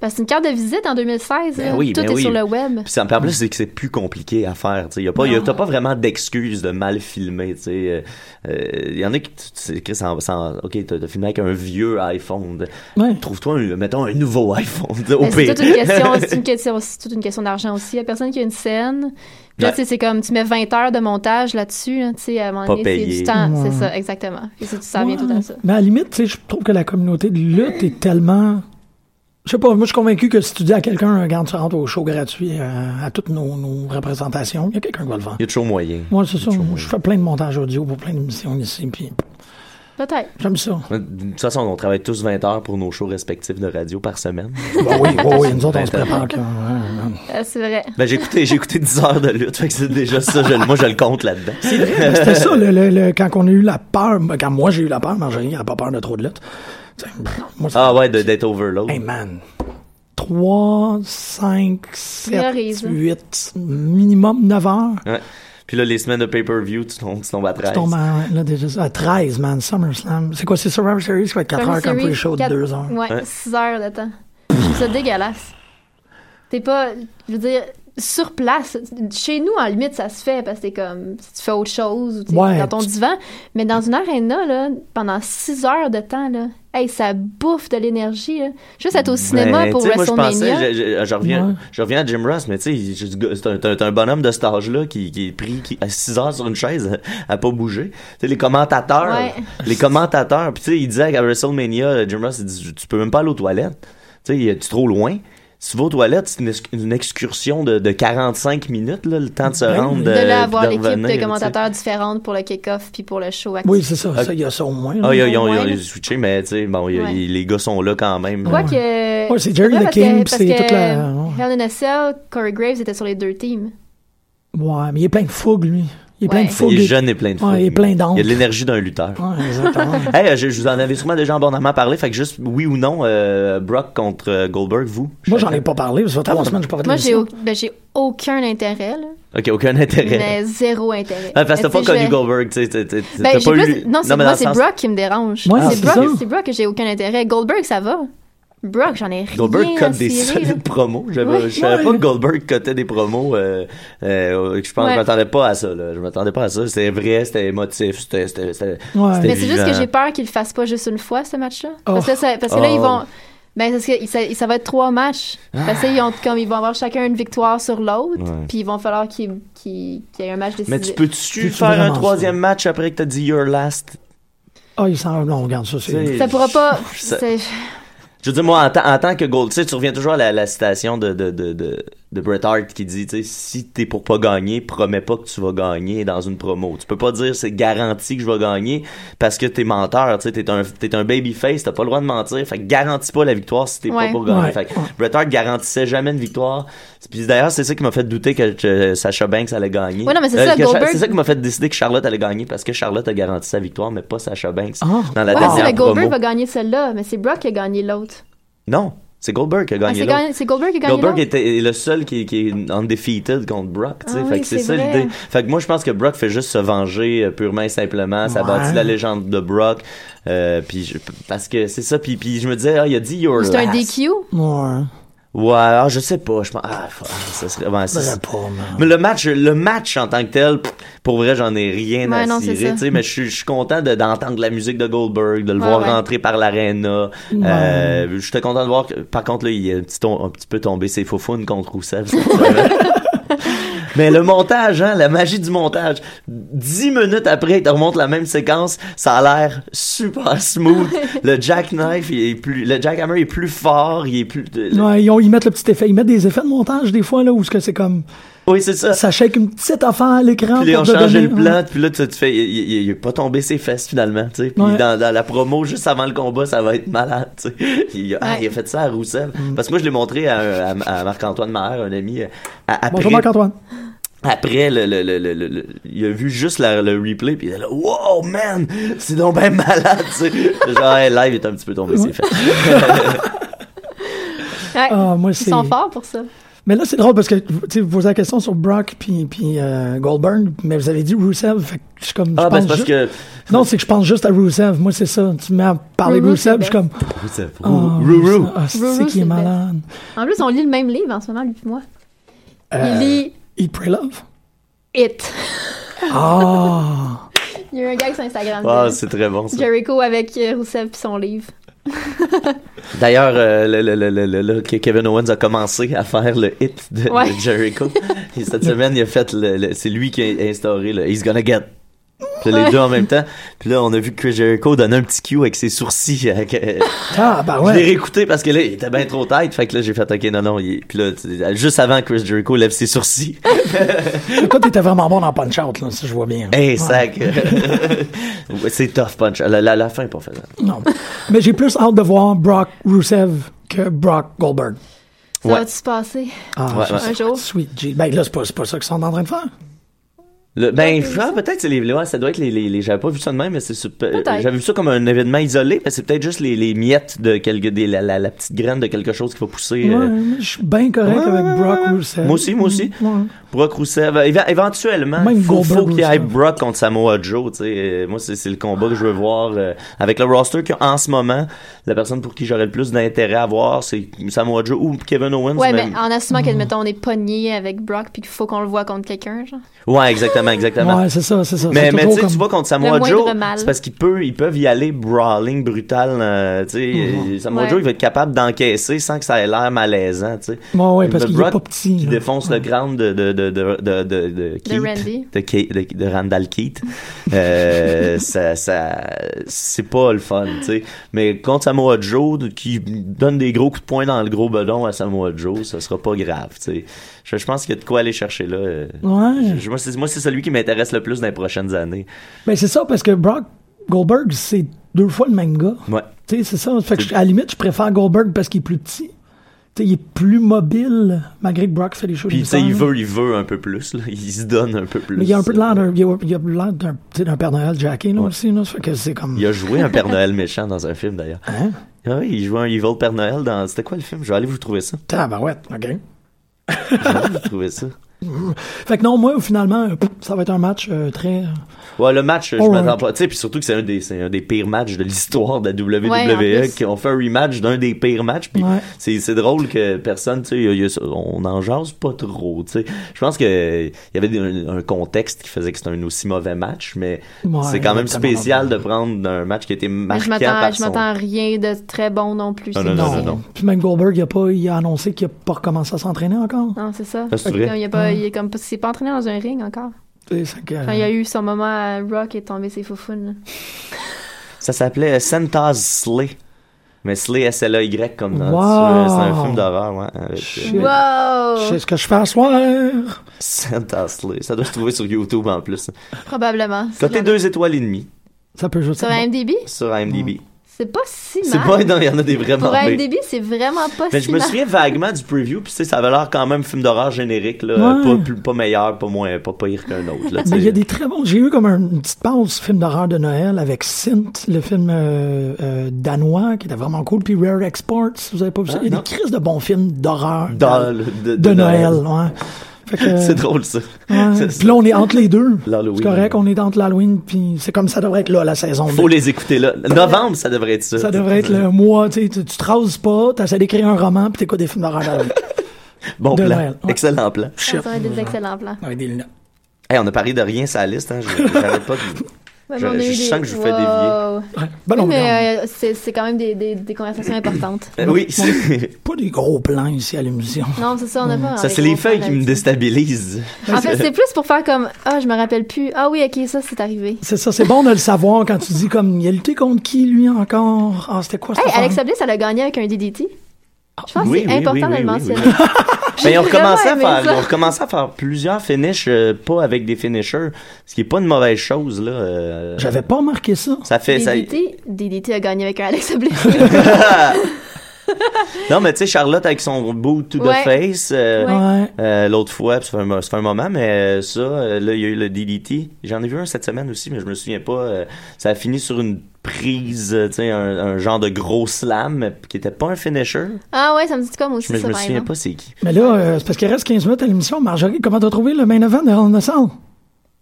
S6: Parce que c'est une carte de visite en 2016,
S1: Ben
S6: là.
S1: oui,
S6: tout
S1: ben
S6: est
S1: oui.
S6: sur le web.
S1: Puis ça me parle plus, c'est que c'est plus compliqué à faire. Tu sais, y a pas, y a- t'as pas vraiment d'excuses de mal filmer. Tu sais, Euh, euh, y en a qui, tu sais, Chris, en- sans- ok, t'as t'as filmé avec un vieux iPhone.
S5: Ouais.
S1: Trouve-toi, un- mettons un nouveau iPhone. Au
S6: Mais Ben, C'est
S1: pire.
S6: toute une question, c'est une question, c'est toute une question d'argent aussi. Il y a personne qui a une scène. Puis là,
S1: Ouais.
S6: tu sais, c'est comme tu mets 20 heures de montage là-dessus, hein, tu sais, à un moment
S1: Pas
S6: donné, c'est
S1: payé.
S6: du temps.
S5: Ouais.
S6: C'est ça, exactement. Et c'est- ça revient tout à ça.
S5: Mais à la limite, tu sais, je trouve que la communauté de lutte est tellement. Je sais pas, moi, je suis convaincu que si tu dis à quelqu'un, quand tu rentres au show gratuit, euh, à toutes nos, nos représentations, il y a quelqu'un qui va le faire.
S1: Il y a toujours moyen.
S5: Moi, c'est ça. Je fais plein de montages audio pour plein d'émissions ici, puis
S6: Peut-être.
S5: j'aime ça.
S1: De toute façon, on travaille tous 20 heures pour nos shows respectifs de radio par semaine.
S5: Ben oui, oui, oui, nous autres, on se prépare. que- ouais, ouais.
S6: Euh, c'est vrai.
S1: Ben, j'ai écouté, j'ai écouté 10 heures de lutte. Fait que c'est déjà ça. je- moi, je le compte là-dedans.
S5: Ben, C'était ça, le, le- le- quand on a eu la peur, ben, quand moi j'ai eu la peur, Marjorie n'a pas peur de trop de lutte. Tu sais, pff, Moi, c'est-
S1: Ah ouais, de d'être overload.
S5: Hey man, 3, 5, 7,
S6: Priorise.
S5: 8, minimum 9 heures.
S1: Ouais. Puis là, les semaines de pay-per-view, tu tombes, tu tombes à 13.
S5: Je tombe à, là, déjà, à 13, man, SummerSlam. C'est quoi, c'est Survivor Series qui va être 4 heures comme pre-show de 2 heures.
S6: Ouais,
S1: Ouais.
S6: 6 heures de temps. C'est dégueulasse. T'es pas. Je veux dire, sur place. Chez nous, en limite, ça se fait parce que t'es comme, si tu fais autre chose ou t'es
S5: Ouais,
S6: dans ton
S5: tu-
S6: divan. Mais dans une arena, là, pendant six heures de temps, là, hey, ça bouffe de l'énergie. là. Juste être au cinéma
S1: Ben,
S6: pour
S1: tu sais, moi, je
S6: WrestleMania.
S1: pensais, je, je- je reviens,
S5: Ouais.
S1: je reviens à Jim Ross, mais tu sais, je- je- c'est un, c'est un bonhomme de cet âge-là qui, qui est pris qui, à 6 heures sur une chaise à pas bouger. Tu sais, les commentateurs,
S6: Ouais.
S1: les commentateurs, puis tu sais, il disait qu'à WrestleMania, Jim Ross, il dit, tu peux même pas aller aux toilettes. Tu sais, il est trop loin. Si tu vas aux toilettes, c'est une, ex- une excursion de, de 45 minutes, là, le temps de se
S5: Ben,
S1: rendre.
S6: de là
S1: euh,
S6: avoir
S1: puis
S6: l'équipe
S1: revenir, tu
S6: de
S1: sais.
S6: commentateurs différentes pour le kick-off puis pour le show. actif.
S5: Oui, c'est ça. ça, Il y a ça au moins. là.
S1: Ah, ils ont- ils ont,
S6: Ouais,
S1: ils ont
S6: là.
S1: switché, mais tu sais, bon, il y a-
S6: Ouais.
S1: il- les gars sont là quand même.
S6: Quoi que.
S5: Ouais, c'est Jerry the
S6: parce
S5: King,
S6: que-
S5: puis
S6: parce
S5: c'est
S6: que
S5: toute la- ouais.
S6: Hell in a Cell, Corey Graves était sur les deux teams.
S5: Ouais, mais il est plein de fougue, lui. Il est plein
S6: Ouais.
S5: de fougue.
S1: Il est jeune et plein de
S5: Ouais,
S1: fougue.
S5: il est plein d'ondes.
S1: Il y a de l'énergie d'un lutteur.
S5: Ouais, exactement.
S1: Hey, euh, je, je vous en avais sûrement déjà abondamment parlé, fait que juste oui ou non, euh, Brock contre euh, Goldberg, vous
S5: Moi, j'en ai pas parlé. Ça fait trois semaines que j'ai pas fait de
S6: Moi, j'ai
S5: l'émission.
S6: au- ben, j'ai aucun intérêt, là,
S1: Ok, aucun intérêt.
S6: mais zéro intérêt.
S1: Ah, parce que
S6: Mais
S1: t'as pas
S6: tu sais, je
S1: connu
S6: vais-
S1: Goldberg, tu sais, t'as- t'as- t'as
S6: Ben,
S1: pas
S6: j'ai
S1: eu.
S6: plus... Non,
S1: mais
S6: c'est
S1: dans
S6: moi,
S1: le
S6: c'est
S1: sens-
S6: Brock qui me dérange.
S5: Ouais,
S6: c'est
S5: c'est
S6: Brock,
S5: ça.
S6: c'est Brock que j'ai aucun intérêt. Goldberg, ça va. Brock, j'en ai rien
S1: Goldberg
S6: à
S1: cote des
S6: cirer, là.
S1: solides promos. J'avais-
S6: Ouais.
S1: je savais pas que Goldberg cotait des promos. Euh, euh, euh, je pense que je
S6: Ouais.
S1: m'attendais pas à ça. Là. Je m'attendais pas à ça. C'était vrai, c'était émotif, c'était. c'était- c'était-
S5: Ouais.
S1: c'était
S6: Mais c'est juste
S1: vivant.
S6: que j'ai peur qu'ils le fassent pas juste une fois, ce match-là.
S5: Oh.
S6: Parce que, ça- parce que là,
S1: Oh.
S6: ils vont. Ben, parce que ça, ça va être trois matchs. Parce que, ils, ont, comme, ils vont avoir chacun une victoire sur l'autre.
S1: Ouais.
S6: Puis, il va falloir qu'il qu'il- qu'il y ait un match décisif.
S1: Mais tu peux-tu
S5: C'est
S1: faire un
S5: vraiment ça.
S1: troisième match après que t'as dit Your Last
S5: Ah, il s'en... Non, regarde ça.
S1: Tu
S5: C'est...
S1: sais,
S6: Ça pourra pas.
S1: Ça-
S6: c'est-
S1: Je veux dire, moi, en, tant- en tant que Gold, tu sais, tu reviens toujours à la, la citation de, de, de, de, de Bret Hart qui dit, tu sais, si t'es pour pas gagner, promets pas que tu vas gagner dans une promo. Tu peux pas dire c'est garanti que je vais gagner parce que t'es menteur, tu sais, t'es un, t'es un babyface, t'as pas le droit de mentir. Fait que garantis pas la victoire si t'es pas
S6: Ouais.
S1: pour gagner.
S5: Ouais.
S1: Fait que Bret Hart garantissait jamais une victoire. Puis d'ailleurs, c'est ça qui m'a fait douter que euh, Sacha Banks allait gagner. Euh,
S6: Ouais, non, mais c'est ça,
S1: que Cha-
S6: Goldberg-
S1: C'est ça qui m'a fait décider que Charlotte allait gagner parce que Charlotte a garanti sa victoire, mais pas Sacha Banks
S5: Ah.
S1: dans la
S6: Ouais,
S1: dernière
S6: c'est le
S1: promo.
S6: Goldberg va gagner celle-là, mais c'est Brock qui a gagné l'autre.
S1: Non, c'est Goldberg qui a
S6: Ah,
S1: gagné
S6: c'est
S1: l'autre.
S6: gagné- c'est Goldberg qui a gagné
S1: Goldberg
S6: l'autre.
S1: était est le seul qui, qui est undefeated contre Brock, tu sais.
S6: Ah
S1: fait
S6: oui,
S1: que c'est ça
S6: c'est vrai.
S1: l'idée. Fait que moi, je pense que Brock fait juste se venger euh, purement et simplement. Ça
S5: Ouais.
S1: bâtit la légende de Brock. Euh, puis je- parce que c'est ça. Puis, puis je me disais, ah, il a dit your
S6: C'est un
S1: last.
S6: DQ.
S5: Ouais.
S1: Ouais, ah, je sais pas. Je pense, ah, fuck, ça serait, ouais,
S5: Je
S1: c'est-
S5: sais pas, man.
S1: Ah. mais le match, le match en tant que tel, pff, pour vrai, j'en ai rien
S6: Ouais,
S1: à
S6: non, c'est
S1: cirer,
S6: ça.
S1: tu sais, mais je suis- je suis content de- d'entendre la musique de Goldberg, de le
S6: Ouais,
S1: voir
S6: ouais.
S1: rentrer par l'arena. Euh, J'étais content de voir. que- par contre, là, il est un petit, ton- un petit peu tombé ses faufounes contre Rousseff. cette semaine. Mais le montage, hein, la magie du montage. Dix minutes après, il te remonte la même séquence. Ça a l'air super smooth. Le jackknife, il est plus, le jackhammer est plus fort. Il est plus.
S5: Ouais, ils, ont- ils mettent le petit effet. Ils mettent des effets de montage, des fois, là, où ce que c'est comme.
S1: Oui, c'est ça.
S5: Ça shake une petite affaire à l'écran.
S1: Euh, Puis ils
S5: pour
S1: ont
S5: te
S1: changé
S5: donner-
S1: le plan, puis là, tu te fais, il, il, il a pas tombé ses fesses finalement, tu sais. Puis
S5: Ouais.
S1: dans, dans la promo, juste avant le combat, ça va être malade, tu sais. Il, a- ah,
S6: Ouais.
S1: il a fait ça à Roussel.
S5: Mm.
S1: Parce que moi, je l'ai montré à, un- à- à Marc-Antoine Maher, un ami. euh, à- après,
S5: Bonjour, Marc-Antoine.
S1: Après, le, le, le, le- le- le- il a vu juste la- le replay, puis il est là, wow, man, c'est donc ben malade, tu sais. Genre, hey, live, il est un petit peu tombé ses fesses.
S6: Ouais.
S5: Ah, moi,
S6: Ils
S5: c'est-
S6: sont forts pour ça.
S5: Mais là, c'est drôle parce que tu sais, vous posez la question sur Brock puis, puis euh, Goldberg, mais vous avez dit Rusev. Fait que je suis comme. je
S1: Ah, ben,
S5: pense
S1: c'est parce
S5: juste-
S1: que.
S5: Non, c'est que je pense juste à Rusev. Moi, c'est ça. Tu me mets à parler de
S6: Ruru, c'est
S5: Rusev, je suis comme.
S1: Rousseff,
S5: Oh,
S1: Rourou.
S5: Ah, c'est
S6: Ruru,
S5: qui
S6: c'est
S5: est
S6: le best.
S5: malade.
S6: En plus, on lit le même livre en ce moment, lui et moi.
S5: Euh.
S6: Il lit
S5: Eat, Pray, Love.
S6: It.
S5: Ah!
S6: Il y a eu un gars sur Instagram.
S1: Ah,
S6: de
S1: c'est très bon, ça.
S6: Jericho avec euh, Rousseff puis son livre.
S1: D'ailleurs, euh, le, le, le, le, le- le- que Kevin Owens a commencé à faire le hit de, de
S6: Ouais.
S1: Jericho. Et cette semaine, il a fait le, le- c'est lui qui a instauré le He's gonna get. Puis là, les deux en même temps. Puis là, on a vu que Chris Jericho donne un petit cue avec ses sourcils. à- que-
S5: Ah, bah
S1: Je l'ai
S5: ouais.
S1: réécouté parce que là, il était bien trop tight. Fait que là, j'ai fait OK, non, non. il- Puis là, tu- juste avant, Chris Jericho lève ses sourcils.
S5: Toi, t'étais vraiment bon dans Punch Out, là, si je vois bien.
S1: Hey,
S5: Ouais.
S1: sac. Ouais, c'est tough punch. La, la, la fin est pas faisable.
S5: Non. Mais j'ai plus hâte de voir Brock Rusev que Brock Goldberg.
S6: Ça
S1: Ouais.
S6: va-tu se passer
S5: Ah,
S1: Ouais,
S5: ça,
S1: ouais.
S5: c'est
S6: un jour?
S5: Sweet G. Ben là, c'est pas, c'est pas ça qu'ils sont en train de faire.
S1: Le- ben, ah, peut-être c'est les, ouais, ça doit être les, les, les- j'avais pas vu ça de même, mais c'est sur- euh,
S6: Peut-être.
S1: j'avais vu ça comme un événement isolé, mais c'est peut-être juste les, les miettes de quelque, des, la, la, la petite graine de quelque chose qui va pousser.
S5: Ouais,
S1: euh.
S5: je suis bien correct
S1: Ouais,
S5: avec
S1: ouais,
S5: Brock
S1: ouais.
S5: Rusev.
S1: Moi aussi, moi aussi.
S5: Ouais.
S1: Brock Rousseff, éve- éventuellement,
S5: Même
S1: il faut,
S5: Goldberg
S1: faut qu'il aille
S5: Rousseff.
S1: Brock contre Samoa Joe. tu sais. Euh, Moi, c'est c'est le combat que je veux voir euh, avec le roster qu'en ce moment, la personne pour qui j'aurais le plus d'intérêt à voir, c'est Samoa Joe ou Kevin Owens.
S6: Ouais,
S1: mais-
S6: mais en assumant
S5: Hmm.
S6: qu'admettons, on est pogné avec Brock puis qu'il faut qu'on le voit contre quelqu'un, genre.
S1: Ouais, exactement, exactement.
S5: Ouais, c'est ça, c'est ça.
S1: Mais,
S5: C'est
S1: mais tu
S5: toujours
S1: sais,
S5: comme-
S1: tu vois, contre Samoa
S6: Le moindre
S1: Joe,
S6: mal.
S1: c'est parce qu'ils peuvent, ils peuvent y aller brawling brutal. euh, tu sais,
S5: Mm-hmm.
S1: euh, Samoa
S6: Ouais.
S1: Joe, il va être capable d'encaisser sans que ça ait l'air malaisant. tu sais.
S5: Ouais, ouais,
S1: Le
S5: parce qu'il est
S1: Brock
S5: pas petit,
S1: Qui
S5: là.
S1: défonce le ground de, de, de, de, de, de, de Keith,
S6: Randy.
S1: De, Ke- de- de Randall Keith. Euh, ça, ça, c'est pas le fun. tu sais. Mais contre Samoa Joe, qui donne des gros coups de poing dans le gros bedon à Samoa Joe, ça sera pas grave. tu sais. Je, je pense qu'il y a de quoi aller chercher là. euh.
S5: Ouais.
S1: Je- Moi, c'est moi, c'est celui qui m'intéresse le plus dans les prochaines années.
S5: Mais c'est ça, parce que Brock Goldberg, c'est deux fois le même gars.
S1: Ouais.
S5: Tu sais, c'est ça. Fait que je- à la limite, je préfère Goldberg parce qu'il est plus petit. Tu sais, il est plus mobile, malgré que Brock fait les choses
S1: Puis, tu sais, il
S5: différentes.
S1: veut, il veut un peu plus, là. Il se donne un peu plus.
S5: Mais il y a un peu de l'air d'un, il y a- il y a de l'air d'un, tu sais, d'un Père Noël jacké, là, aussi, là. Ça Fait que c'est comme.
S1: Il a joué un Père Noël méchant dans un film, d'ailleurs.
S5: Hein?
S1: Ah oui, il jouait un Evil Père Noël dans. C'était quoi le film? Je vais aller vous trouver ça.
S5: Tabarouette, ok.
S1: Je vais aller vous trouver ça.
S5: Fait que non, moi, finalement, euh, ça va être un match euh, très.
S1: Ouais, le match, je
S5: Alright.
S1: m'attends pas. Tu sais, puis surtout que c'est un, des, c'est un des pires matchs de l'histoire de la
S6: Ouais, en
S1: WWE.
S6: plus.
S1: qui ont fait un rematch d'un des pires matchs. Puis
S5: Ouais.
S1: c'est, c'est drôle que personne, tu sais, il y a- il y a- on en jase pas trop. Tu sais, je pense que il y avait un, un contexte qui faisait que c'était un aussi mauvais match, mais
S5: Ouais,
S1: c'est quand même
S5: exactement.
S1: spécial de prendre un match qui a été
S6: Mais
S1: marquant
S6: je m'attends,
S1: par
S6: je
S1: son-
S6: m'attends à rien de très bon non plus.
S1: Non,
S6: c'est
S1: non, non,
S6: ça.
S1: non, non.
S5: Puis même Goldberg, il a, pas, il a annoncé qu'il a pas recommencé à s'entraîner encore.
S6: Non, c'est ça.
S1: Ah, c'est vrai.
S6: Comme il, a
S5: Hmm.
S6: pas, il est comme, il s'est pas entraîné dans un ring encore.
S5: Tu sais, c'est que-
S6: Quand il y a eu son moment à Rock et tombé ses foufounes. là.
S1: Ça s'appelait Santa's Slay. Mais Slay, S-L-A-Y, comme dans
S5: Wow.
S1: c'est un film d'horreur, ouais. Avec,
S5: Shit.
S1: euh,
S5: Je
S6: Wow!
S5: sais ce que je fais à soir.
S1: Santa's Slay. Ça doit se trouver sur YouTube en plus.
S6: Probablement.
S1: Côté deux étoiles et demie
S5: Ça peut juste.
S6: Sur IMDb,
S1: sur
S5: Hmm.
S1: IMDb.
S6: c'est pas si mal.
S1: C'est pas non, il y en a des vraiment
S6: Pour
S1: mais-
S6: IMDb, c'est vraiment pas
S1: Mais
S6: si
S1: je me
S6: mal.
S1: souviens vaguement du preview, puis tu sais, ça avait l'air quand même film d'horreur générique, là,
S5: Ouais.
S1: pas, plus- pas meilleur, pas moins, pas pire qu'un autre. Là, tu
S5: Mais il y
S1: sais.
S5: a des très bons. J'ai eu comme un- une petite pause film d'horreur de Noël avec Synth, le film euh, euh, danois qui était vraiment cool, puis Rare Exports. si Vous avez pas vu ça Il y a des crises de bons films d'horreur
S1: Ah, Dans le-
S5: de, Noël. ouais. Fait que,
S1: C'est drôle ça.
S5: ouais.
S1: C'est-
S5: Puis là, on est entre les deux.
S1: L'Halloween.
S5: C'est correct, on est entre l'Halloween, puis c'est comme ça devrait être là la saison.
S1: Faut
S5: deux.
S1: les écouter là. Novembre, ça devrait être ça.
S5: Ça devrait être le mois. Tu sais, tu tu te rases pas, t'essaies d'écrire un roman, puis t'écoutes des films d'horreur d'Halloween.
S1: Bon
S5: de
S1: plan.
S5: Noël, ouais.
S1: Excellent plan.
S6: Ça aurait des excellents plans.
S5: Avec des lunettes.
S1: Hey, on a parlé de rien, sa liste. Hein. Je- j'arrête pas de-
S6: Ouais,
S1: Je-
S6: mais on a
S1: je
S6: eu des-
S1: sens que je vous fais dévier.
S6: Wow.
S5: Ouais. Ben non,
S6: Oui,
S5: regarde.
S6: mais euh, c'est c'est quand même des, des, des conversations importantes.
S1: Euh, Oui, c'est-
S5: pas des gros plans ici à l'émission.
S6: Non, c'est ça, on n'a pas.
S1: ça c'est les feuilles qui me
S6: déstabilisent.
S1: déstabilisent.
S6: En fait, c'est plus pour faire comme Ah, je me rappelle plus. Ah oui, ok, ça, c'est arrivé.
S5: C'est ça, c'est bon de le savoir quand tu dis comme il a lutté contre qui lui encore. Ah, c'était quoi cette
S6: Hey,
S5: affaire?
S6: Alexa Bliss, elle a gagné avec un DDT. Je pense
S1: oui,
S6: que c'est
S1: oui, oui,
S6: important de
S1: oui,
S6: le mentionner.
S1: oui, Mais ils ont
S6: J'ai
S1: recommencé à
S6: vraiment
S1: faire,
S6: aimé ça.
S1: ils ont recommencé à faire plusieurs finishes euh, pas avec des finishers, ce qui est pas une mauvaise chose là. euh,
S5: J'avais pas remarqué ça.
S1: Ça fait ça- Ah!
S6: DDT, DDT a gagné avec un Alexa Bliss.
S1: Non mais tu sais Charlotte avec son boot to the
S6: Ouais.
S1: face euh,
S6: Ouais.
S5: Ouais.
S1: euh, l'autre fois, puis ça fait, un, mo- ça fait un moment mais euh, ça euh, là il y a eu le DDT. J'en ai vu un cette semaine aussi mais je me souviens pas euh, ça a fini sur une prise, euh, tu sais un, un genre de gros slam mais qui était pas un finisher.
S6: ah ouais, ça me dit quoi, moi aussi,
S1: Mais je
S6: ça,
S1: me
S6: par
S1: souviens
S6: exemple.
S1: pas c'est qui.
S5: Mais là, euh, c'est parce qu'il reste 15 minutes à l'émission. Marjorie, comment t'as trouvé le main event de Ronda Sound?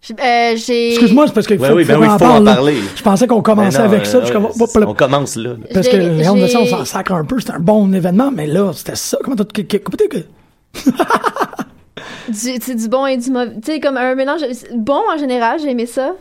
S6: J'ai- euh, J'ai.
S5: Excuse-moi, c'est parce que
S1: Ouais, oui, ben oui, faut en
S5: parle, là.
S1: parler.
S5: Je pensais qu'on
S1: Ben
S5: commençait
S1: non,
S5: avec
S1: euh,
S5: ça. puis je
S1: ouais,
S5: commence- hop, là.
S1: on commence là. là.
S5: oh, parce
S6: J'ai-
S5: que Ronda
S6: j'ai-
S5: Sound, on s'en sacre un peu. C'était un bon événement, mais là, c'était ça. Comment t'as. que- que- comment t'as- que-
S6: du, tu sais, du bon et du mauvais. Tu sais, comme un mélange. Bon en général, j'ai aimé ça.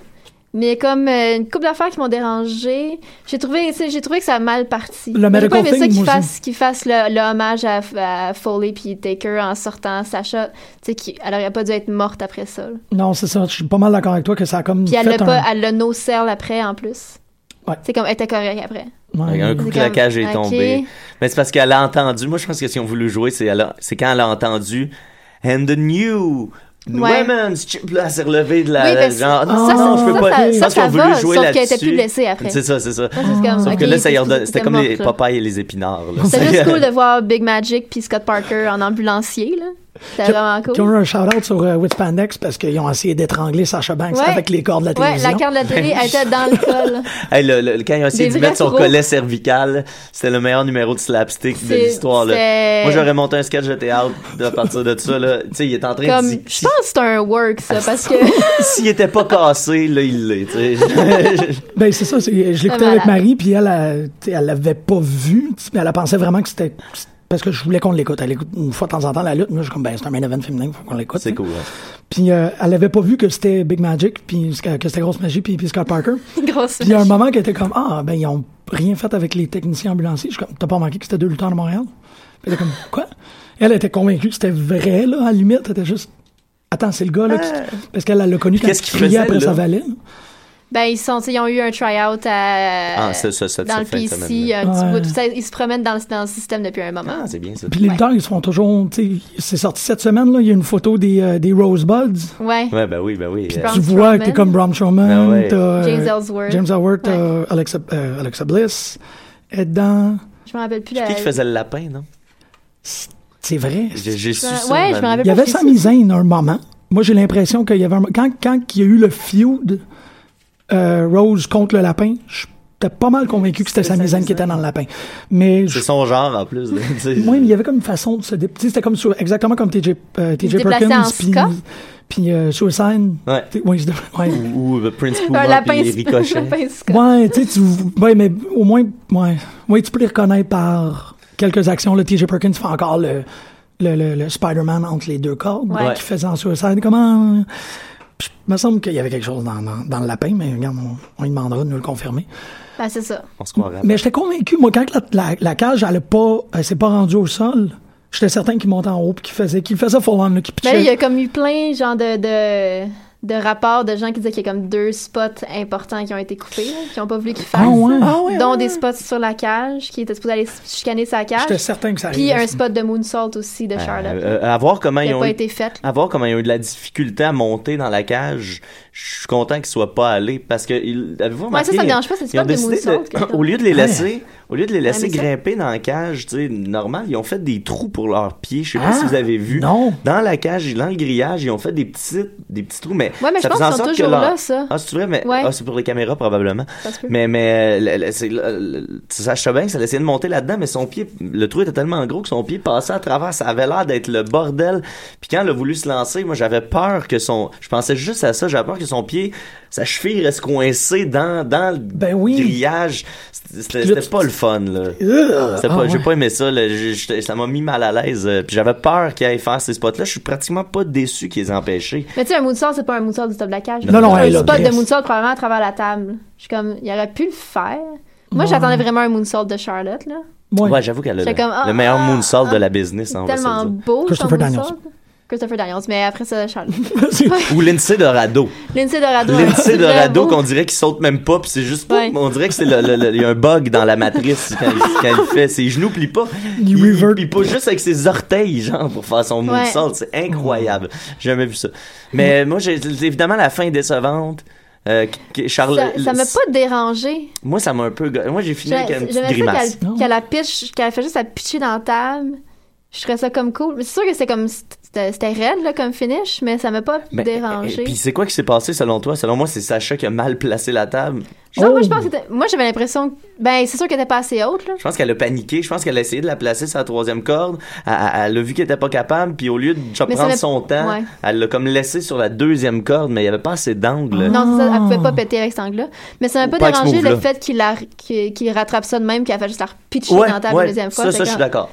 S6: Mais comme euh, une couple d'affaires qui m'ont dérangé, j'ai trouvé, tu sais, j'ai trouvé que ça a mal parti.
S5: Le
S6: J'ai pas
S5: Medical
S6: aimé
S5: Thing,
S6: ça qu'ils
S5: moi
S6: fassent qu'ils fassent le, le hommage à, à Foley puis Taker en sortant Sacha. Tu sais, qui- elle aurait pas dû être morte après ça. là.
S5: Non, c'est ça. Je suis pas mal d'accord avec toi que ça a comme.
S6: Puis elle
S5: fait
S6: l'a
S5: un-
S6: pas, elle l'a no sell après en plus.
S5: Ouais.
S6: C'est comme elle était correcte après.
S1: Avec
S5: Ouais.
S1: un coup
S6: C'est
S1: que la
S6: comme,
S1: cage est
S6: ok.
S1: tombée. Mais c'est parce qu'elle a entendu. Moi, je pense que si on voulu jouer, c'est elle a- c'est quand elle a entendu And the new
S6: Ouais.
S1: women's champ- là, elle s'est relevée de la.
S6: Oui,
S1: la-
S6: parce que
S1: genre,
S6: ça,
S1: Ah, non,
S5: ça-
S1: je peux
S5: ça,
S1: pas.
S6: ça-
S1: je
S6: ça,
S1: pense qu'on
S6: ça
S1: a voulu
S6: va,
S1: jouer
S6: sauf qu'elle était
S1: là-dessus.
S6: plus blessée après.
S1: C'est ça, c'est ça.
S5: Ah.
S6: Moi, c'est comme,
S1: Sauf
S6: ok,
S1: que là, ça y
S6: t'es-
S1: a redonné-
S6: t'es
S1: C'était comme les
S6: morte, là.
S1: papaye et les épinards. là.
S6: C'est juste cool de voir Big Magic puis Scott Parker en ambulancier là. C'était vraiment cool.
S5: Qui ont eu un shout-out sur euh, Witspandex parce qu'ils ont essayé d'étrangler Sacha Banks
S6: Ouais.
S5: avec les cordes de la
S6: Ouais,
S5: télévision.
S6: la carte de la télé elle était dans le col.
S1: Hey, le, le- quand il a essayé
S6: Des
S1: de
S6: vrais
S1: mettre son
S6: gros.
S1: collet cervical, c'était le meilleur numéro de slapstick de
S6: C'est-
S1: l'histoire. là.
S6: c'est-
S1: Moi, j'aurais monté un sketch de théâtre à partir de ça. Là. Tu sais, il est en train
S6: Comme,
S1: de
S6: je
S1: dire...
S6: pense que c'est un work, ça, parce que.
S1: S'il était pas cassé, là, il l'est. tu sais.
S5: Ben c'est ça, c'est- je l'écoutais
S6: malade.
S5: avec Marie, puis elle, elle, tu sais, elle l'avait pas vu, tu sais, mais elle pensait vraiment que c'était parce que je voulais qu'on l'écoute. Elle écoute une fois de temps en temps la lutte, moi je suis comme ben c'est un main event féminin, faut qu'on l'écoute.
S1: C'est cool. hein.
S5: Puis euh, elle avait pas vu que c'était Big Magic, puis que que c'était Grosse Magie, puis, puis Scott Parker.
S6: Grosse.
S5: Puis il y a un moment qu'elle était comme ah ben ils ont rien fait avec les techniciens ambulanciers. Je suis comme t'as pas remarqué que c'était deux lutteurs de Montréal. Puis elle était comme quoi Elle était convaincue que c'était vrai là, à la limite, elle était juste attends c'est le gars là qui-
S6: Ah.
S5: parce qu'elle elle l'a connu quand
S1: qu'est-ce
S5: il
S1: qu'il
S5: criait
S1: faisait,
S5: après
S1: là?
S5: sa valise.
S6: Ben, ils, sont, tu sais, ils ont eu un try-out à.
S1: Ah, c'est ça, cette-
S6: dans le
S1: cette fin de
S6: PC,
S1: semaine-là.
S6: un petit
S5: Ouais.
S6: bout. Tu sais, Ils se promènent dans le, dans le système depuis un moment.
S1: Ah, c'est bien ça.
S5: Puis les lutteurs, ils se font toujours. tu sais, C'est sorti cette semaine, là. Il y a une photo des, euh, des Rosebuds.
S6: ouais.
S1: Ouais, ben oui, ben oui.
S6: Braun
S5: Tu vois que t'es
S6: Strowman.
S5: comme Braun Strowman.
S1: Ah ouais.
S5: t'as, euh,
S6: James Ellsworth.
S5: James Ellsworth,
S6: Ouais.
S5: euh, Alexa, euh, Alexa Bliss. Et dans.
S6: Je me rappelle plus
S1: Euh, Qui
S6: la.
S1: qui faisait le lapin, non?
S5: C'est vrai.
S1: J'ai j'ai su ça.
S6: Ouais, je
S1: man.
S6: me rappelle
S5: Il y avait
S6: plus
S5: sa
S6: qui-
S5: mise à un moment. Moi, j'ai l'impression qu'il y avait un. mo- Quand, quand il y a eu le feud euh, Rose contre le lapin, j'étais pas mal convaincu que c'était sa mise qui était dans le lapin. Mais je
S1: C'est son genre, en plus. là, tu sais.
S5: Oui, mais il y avait comme une façon de se dé... tu sais, c'était comme sur- exactement comme TJ euh, TJ
S6: déplaçait
S5: Perkins
S6: en
S5: puis
S6: ska?
S5: puis euh, Suicide.
S1: Ouais.
S5: T'sais, Ouais, il se dé- ouais.
S1: Ou ou, euh, Prince Puma
S6: Un lapin,
S1: puis Ricochet.
S6: lapin Scott.
S5: Ouais, tu sais, tu- ouais, mais au moins ouais. Ouais, tu peux les reconnaître par quelques actions là, TJ Perkins fait encore le le, le, le Spider-Man entre les deux cordes
S6: Ouais.
S5: qui faisait en Suicide comment Puis, il me semble qu'il y avait quelque chose dans, dans, dans le lapin, mais regarde, on, on lui demandera de nous le confirmer.
S6: Ben, c'est ça.
S1: On se croirait.
S5: Mais j'étais convaincu, moi, quand la, la, la cage, elle a pas, elle s'est pas rendue au sol, j'étais certain qu'il montait en haut, puis qu'il faisait, qu'il faisait full on, là, qu'il
S6: Ben, là,
S5: pitchait.
S6: il y a comme eu plein genre de, de, de rapports de gens qui disaient qu'il y a comme deux spots importants qui ont été coupés, là, qui n'ont pas voulu qu'ils fassent.
S5: Ah ouais?
S6: ça.
S5: Ah ouais,
S6: dont
S5: ouais,
S6: des
S5: ouais.
S6: spots sur la cage, qui étaient supposés aller se chicaner sa
S5: J'étais
S6: cage.
S5: certain que ça
S6: Puis
S5: arrivait,
S6: un
S5: ça.
S6: spot de Moonsault aussi de Charlotte.
S1: Euh, euh, à voir comment
S6: qui
S1: ils
S6: n'a
S1: ont
S6: pas
S1: eu-
S6: été faite.
S1: à voir comment ils ont eu de la difficulté à monter dans la cage, je suis content qu'ils soient pas allés parce que ils- avez-vous remarqué
S6: ça, ça me dérange pas, c'est
S1: ils ont
S6: pas des
S1: décidé
S6: mousses
S1: de-
S6: hautes que-
S1: au lieu de les laisser, au lieu de les laisser
S6: mais ça-
S1: grimper dans la cage, tu sais, normal, ils ont fait des trous pour leurs pieds, je sais
S5: Ah!
S1: pas si vous avez vu.
S5: non.
S1: Dans la cage, dans le grillage, ils ont fait des petits des petits trous mais
S6: Ouais, mais
S1: ça
S6: je pense
S1: faisait en
S6: qu'ils sont
S1: sorte que
S6: toujours
S1: leur-
S6: là, ça.
S1: Ah, c'est vrai, mais
S6: Ouais.
S1: ah, c'est pour les caméras probablement.
S6: Ça se peut.
S1: Mais mais euh, le- le- c'est le- le- tu saches bien que ça essayait de monter là-dedans, mais son pied, le trou était tellement gros que son pied passait à travers. Ça avait l'air d'être le bordel. Puis quand elle a voulu se lancer, moi j'avais peur que son, je pensais juste à ça, j'avais peur que son pied, sa cheville reste coincée dans dans le
S5: Ben oui.
S1: grillage. C'était- C'était
S5: Puis là,
S1: c'était
S5: tu-
S1: pas le fun là.
S5: Euh,
S1: C'était
S5: ah
S1: pas-
S5: ouais.
S1: J'ai pas aimé ça, là. J'ai- j'étais- ça m'a mis mal à l'aise. euh, Puis j'avais peur qu'il aille faire ces spots-là. Je suis pratiquement pas déçu qu'ils aient empêché.
S6: Mais tu sais, un moonsault, c'est pas un moonsault du top de la cage.
S5: Non, non,
S6: un
S5: elle a
S6: spot
S5: pris-
S6: de moonsault probablement à travers la table. Je suis comme, il aurait pu le faire. Moi, j'attendais vraiment un moonsault de Charlotte, là.
S5: Ouais.
S1: Ouais, j'avoue qu'elle a le,
S6: J'étais comme, ah,
S1: le meilleur
S6: ah,
S1: moonsault
S6: ah,
S1: de la business, hein, on va se
S6: Tellement
S1: le dire.
S6: beau,
S5: Christopher
S6: son moonsault.
S5: Daniels.
S6: Christopher Daniels, mais après ça, Charlotte.
S5: C'est-
S1: Ou Lindsay Dorado.
S6: Lindsay Dorado.
S1: Lindsay
S6: un
S1: Dorado
S6: vrai beau-
S1: qu'on dirait qu'il saute même pas, puis c'est juste pas.
S6: Ouais.
S1: On dirait que c'est le- le- le- il y a un bug dans la matrice quand, il- quand il fait. Ses genoux plient pas.
S5: Il revert.
S1: plie pas juste avec ses orteils, genre, pour faire son
S6: Ouais.
S1: moonsault. C'est incroyable. J'ai jamais vu ça. Mais moi, j'ai évidemment la fin est décevante. Euh, qui- qui- Charles,
S6: Ça ça m'a pas dérangé.
S1: Moi, ça m'a un peu. ga- Moi, j'ai fini
S6: J'ai-
S1: avec une
S6: J'aimais
S1: petite
S6: ça
S1: grimace.
S6: qu'elle qu'elle la pitch, qu'elle fait juste la pitcher dans la table. Je trouvais ça comme cool. Mais C'est sûr que c'était comme, c'était c'était raide, là, comme finish, mais ça m'a pas
S1: Mais-
S6: dérangé.
S1: Ben, et Puis c'est quoi qui s'est passé selon toi Selon moi, c'est Sacha qui a mal placé la table.
S6: Non,
S5: Oh!
S6: moi, je pense que t'as- moi, j'avais l'impression que, ben, c'est sûr qu'elle était pas assez haute, là.
S1: Je pense qu'elle a paniqué. Je pense qu'elle a essayé de la placer sur la troisième corde. Elle, elle- elle a vu qu'elle était pas capable. Puis au lieu de genre,
S6: Mais ça
S1: prendre
S6: l'a-
S1: son temps,
S6: ouais.
S1: elle l'a comme laissé sur la deuxième corde, mais il y avait pas assez d'angle.
S6: Non, c'est ça, elle pouvait pas péter avec cet angle-là. Mais ça m'a pas
S1: Ah! Pas avec ce
S6: dérangé le
S1: move-là.
S6: fait qu'il la- qu'il qu'il rattrape ça de même, qu'elle fait juste la repitcher
S1: Ouais,
S6: dans la table
S1: ouais,
S6: une deuxième fois.
S1: ça,
S6: Fait
S1: ça, je
S6: que-
S1: suis d'accord.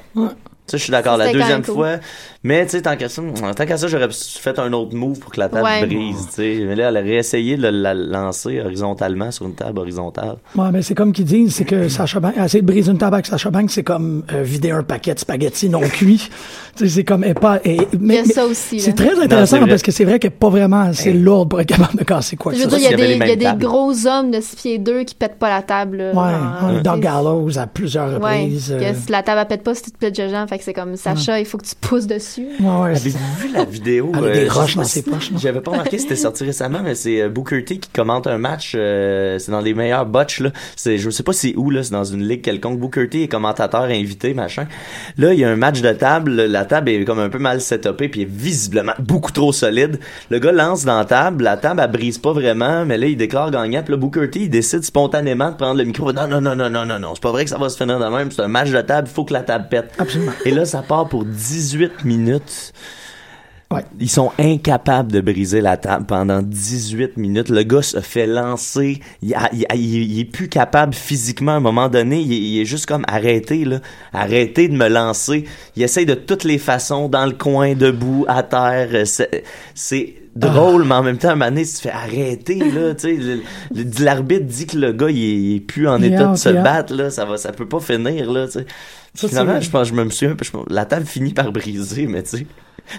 S1: Ça, je suis d'accord.
S6: Ça,
S1: La
S6: c'était quand
S1: deuxième
S6: même cool.
S1: fois. Mais, tu sais, tant qu'à ça, tant qu'à ça, j'aurais fait un autre move pour que la table
S6: Ouais.
S1: brise, tu sais. Mais là, elle a réessayé de la lancer horizontalement sur une table horizontale.
S5: Ouais, mais c'est comme qu'ils disent, c'est que Sacha Banks, essayer de briser une table avec Sacha Banks, c'est comme euh, vider un paquet de spaghettis non cuits. Tu sais, c'est comme, elle est pas, elle- mais,
S6: y a
S5: mais
S6: ça aussi, là.
S5: C'est très
S1: c'est
S5: intéressant
S1: vrai.
S5: parce que c'est vrai qu'elle est pas vraiment assez lourde pour être capable de casser quoi que
S6: Je
S5: ce
S6: veux
S5: soit.
S6: dire, il y a
S1: s'il y avait
S6: des,
S1: les mêmes
S6: il y a des
S1: tables.
S6: gros hommes de 6 pieds 2 qui pètent pas la table. là. Ah,
S5: Ouais,
S6: Genre,
S5: ouais,
S6: tu
S5: dans
S6: sais,
S5: Gallows à plusieurs
S6: Ouais,
S5: reprises. euh,
S6: que si la table elle pète pas, si tu te pètes de gens, fait Fait que c'est comme Sacha, il faut que tu pousses dessus.
S5: Ouais, ouais, c'est-
S1: Avez-vous vu la vidéo? euh,
S5: Elle Ah, a des roches dans ses poches, non?
S1: J'avais pas remarqué, c'était sorti récemment, mais c'est euh, Booker T qui commente un match. euh, c'est dans les meilleurs botches, là. C'est, je sais pas c'est où, là. C'est dans une ligue quelconque. Booker T est commentateur invité, machin. Là, il y a un match de table. La table est comme un peu mal setupée, puis est visiblement beaucoup trop solide. Le gars lance dans la table. La table, elle brise pas vraiment, mais là, il déclare gagnant. Puis là, Booker T, il décide spontanément de prendre le micro. Non, non, non, non, non, non, non. C'est pas vrai que ça va se finir de même. C'est un match de table. Faut que la table pète.
S5: Absolument.
S1: Et là, ça part pour 18 minutes.
S5: Ouais.
S1: Ils sont incapables de briser la table pendant 18 minutes. Le gars se fait lancer. Il, a- il a- il- il est plus capable physiquement à un moment donné. Il, est- il est juste comme arrêté, là. Arrêtez de me lancer. Il essaye de toutes les façons, dans le coin, debout, à terre. Euh, C'est, c'est drôle,
S5: Ah.
S1: mais en même temps, à un moment donné, tu te fais arrêter, là. Tu sais, le- le- l'arbitre dit que le gars, il est, il est plus en
S5: Il est
S1: état de
S5: out,
S1: se
S5: il est out.
S1: battre, là. Ça va, ça peut pas finir, là, tu sais.
S5: Ça,
S1: Finalement,
S5: c'est-
S1: je pense, je me souviens, je pense- la table finit par briser, mais tu sais,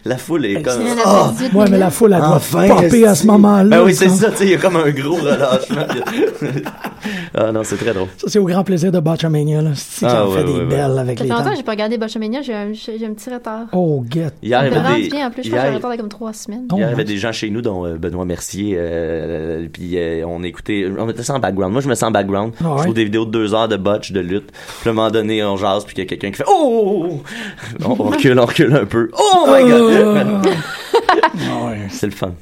S1: la foule est comme.
S6: Il y en a
S1: Ah!
S6: 18
S5: Ouais, mais
S6: minutes.
S5: la foule, elle doit
S1: Enfin,
S5: popper à ce
S1: esti.
S5: moment-là.
S1: Ben oui, c'est
S5: ça.
S1: ça, tu sais, il y a comme un gros relâchement. ah non, c'est très drôle.
S5: Ça, c'est au grand plaisir de Botchamania, là. C'est
S1: Ah,
S5: qu'on
S1: ouais,
S5: fait des
S1: ouais, ouais.
S5: belles avec
S6: Ça
S5: les
S6: fait longtemps que
S5: temps.
S6: j'ai pas regardé Botchamania, j'ai un, j'ai j'ai un petit retard.
S5: Oh, get.
S1: Hier, il y
S6: Ça me
S1: avait
S6: rend
S1: Ah, des,
S6: bien, en plus, je pense que j'ai un
S1: hier,
S6: retard de comme trois semaines.
S5: Oh,
S1: hier, il y avait
S5: nice.
S1: des gens chez nous, dont euh, Benoît Mercier, euh, puis euh, on écoutait, on était sans background. Moi, je me sens en background.
S5: Ah ouais?
S1: Je trouve des vidéos de deux heures de botch, de lutte. Puis à un moment donné, on jase, puis il y a quelqu'un qui fait « Oh! » on, on recule, on recule un peu. « Oh my God!
S5: Euh, ouais.
S1: C'est le fun.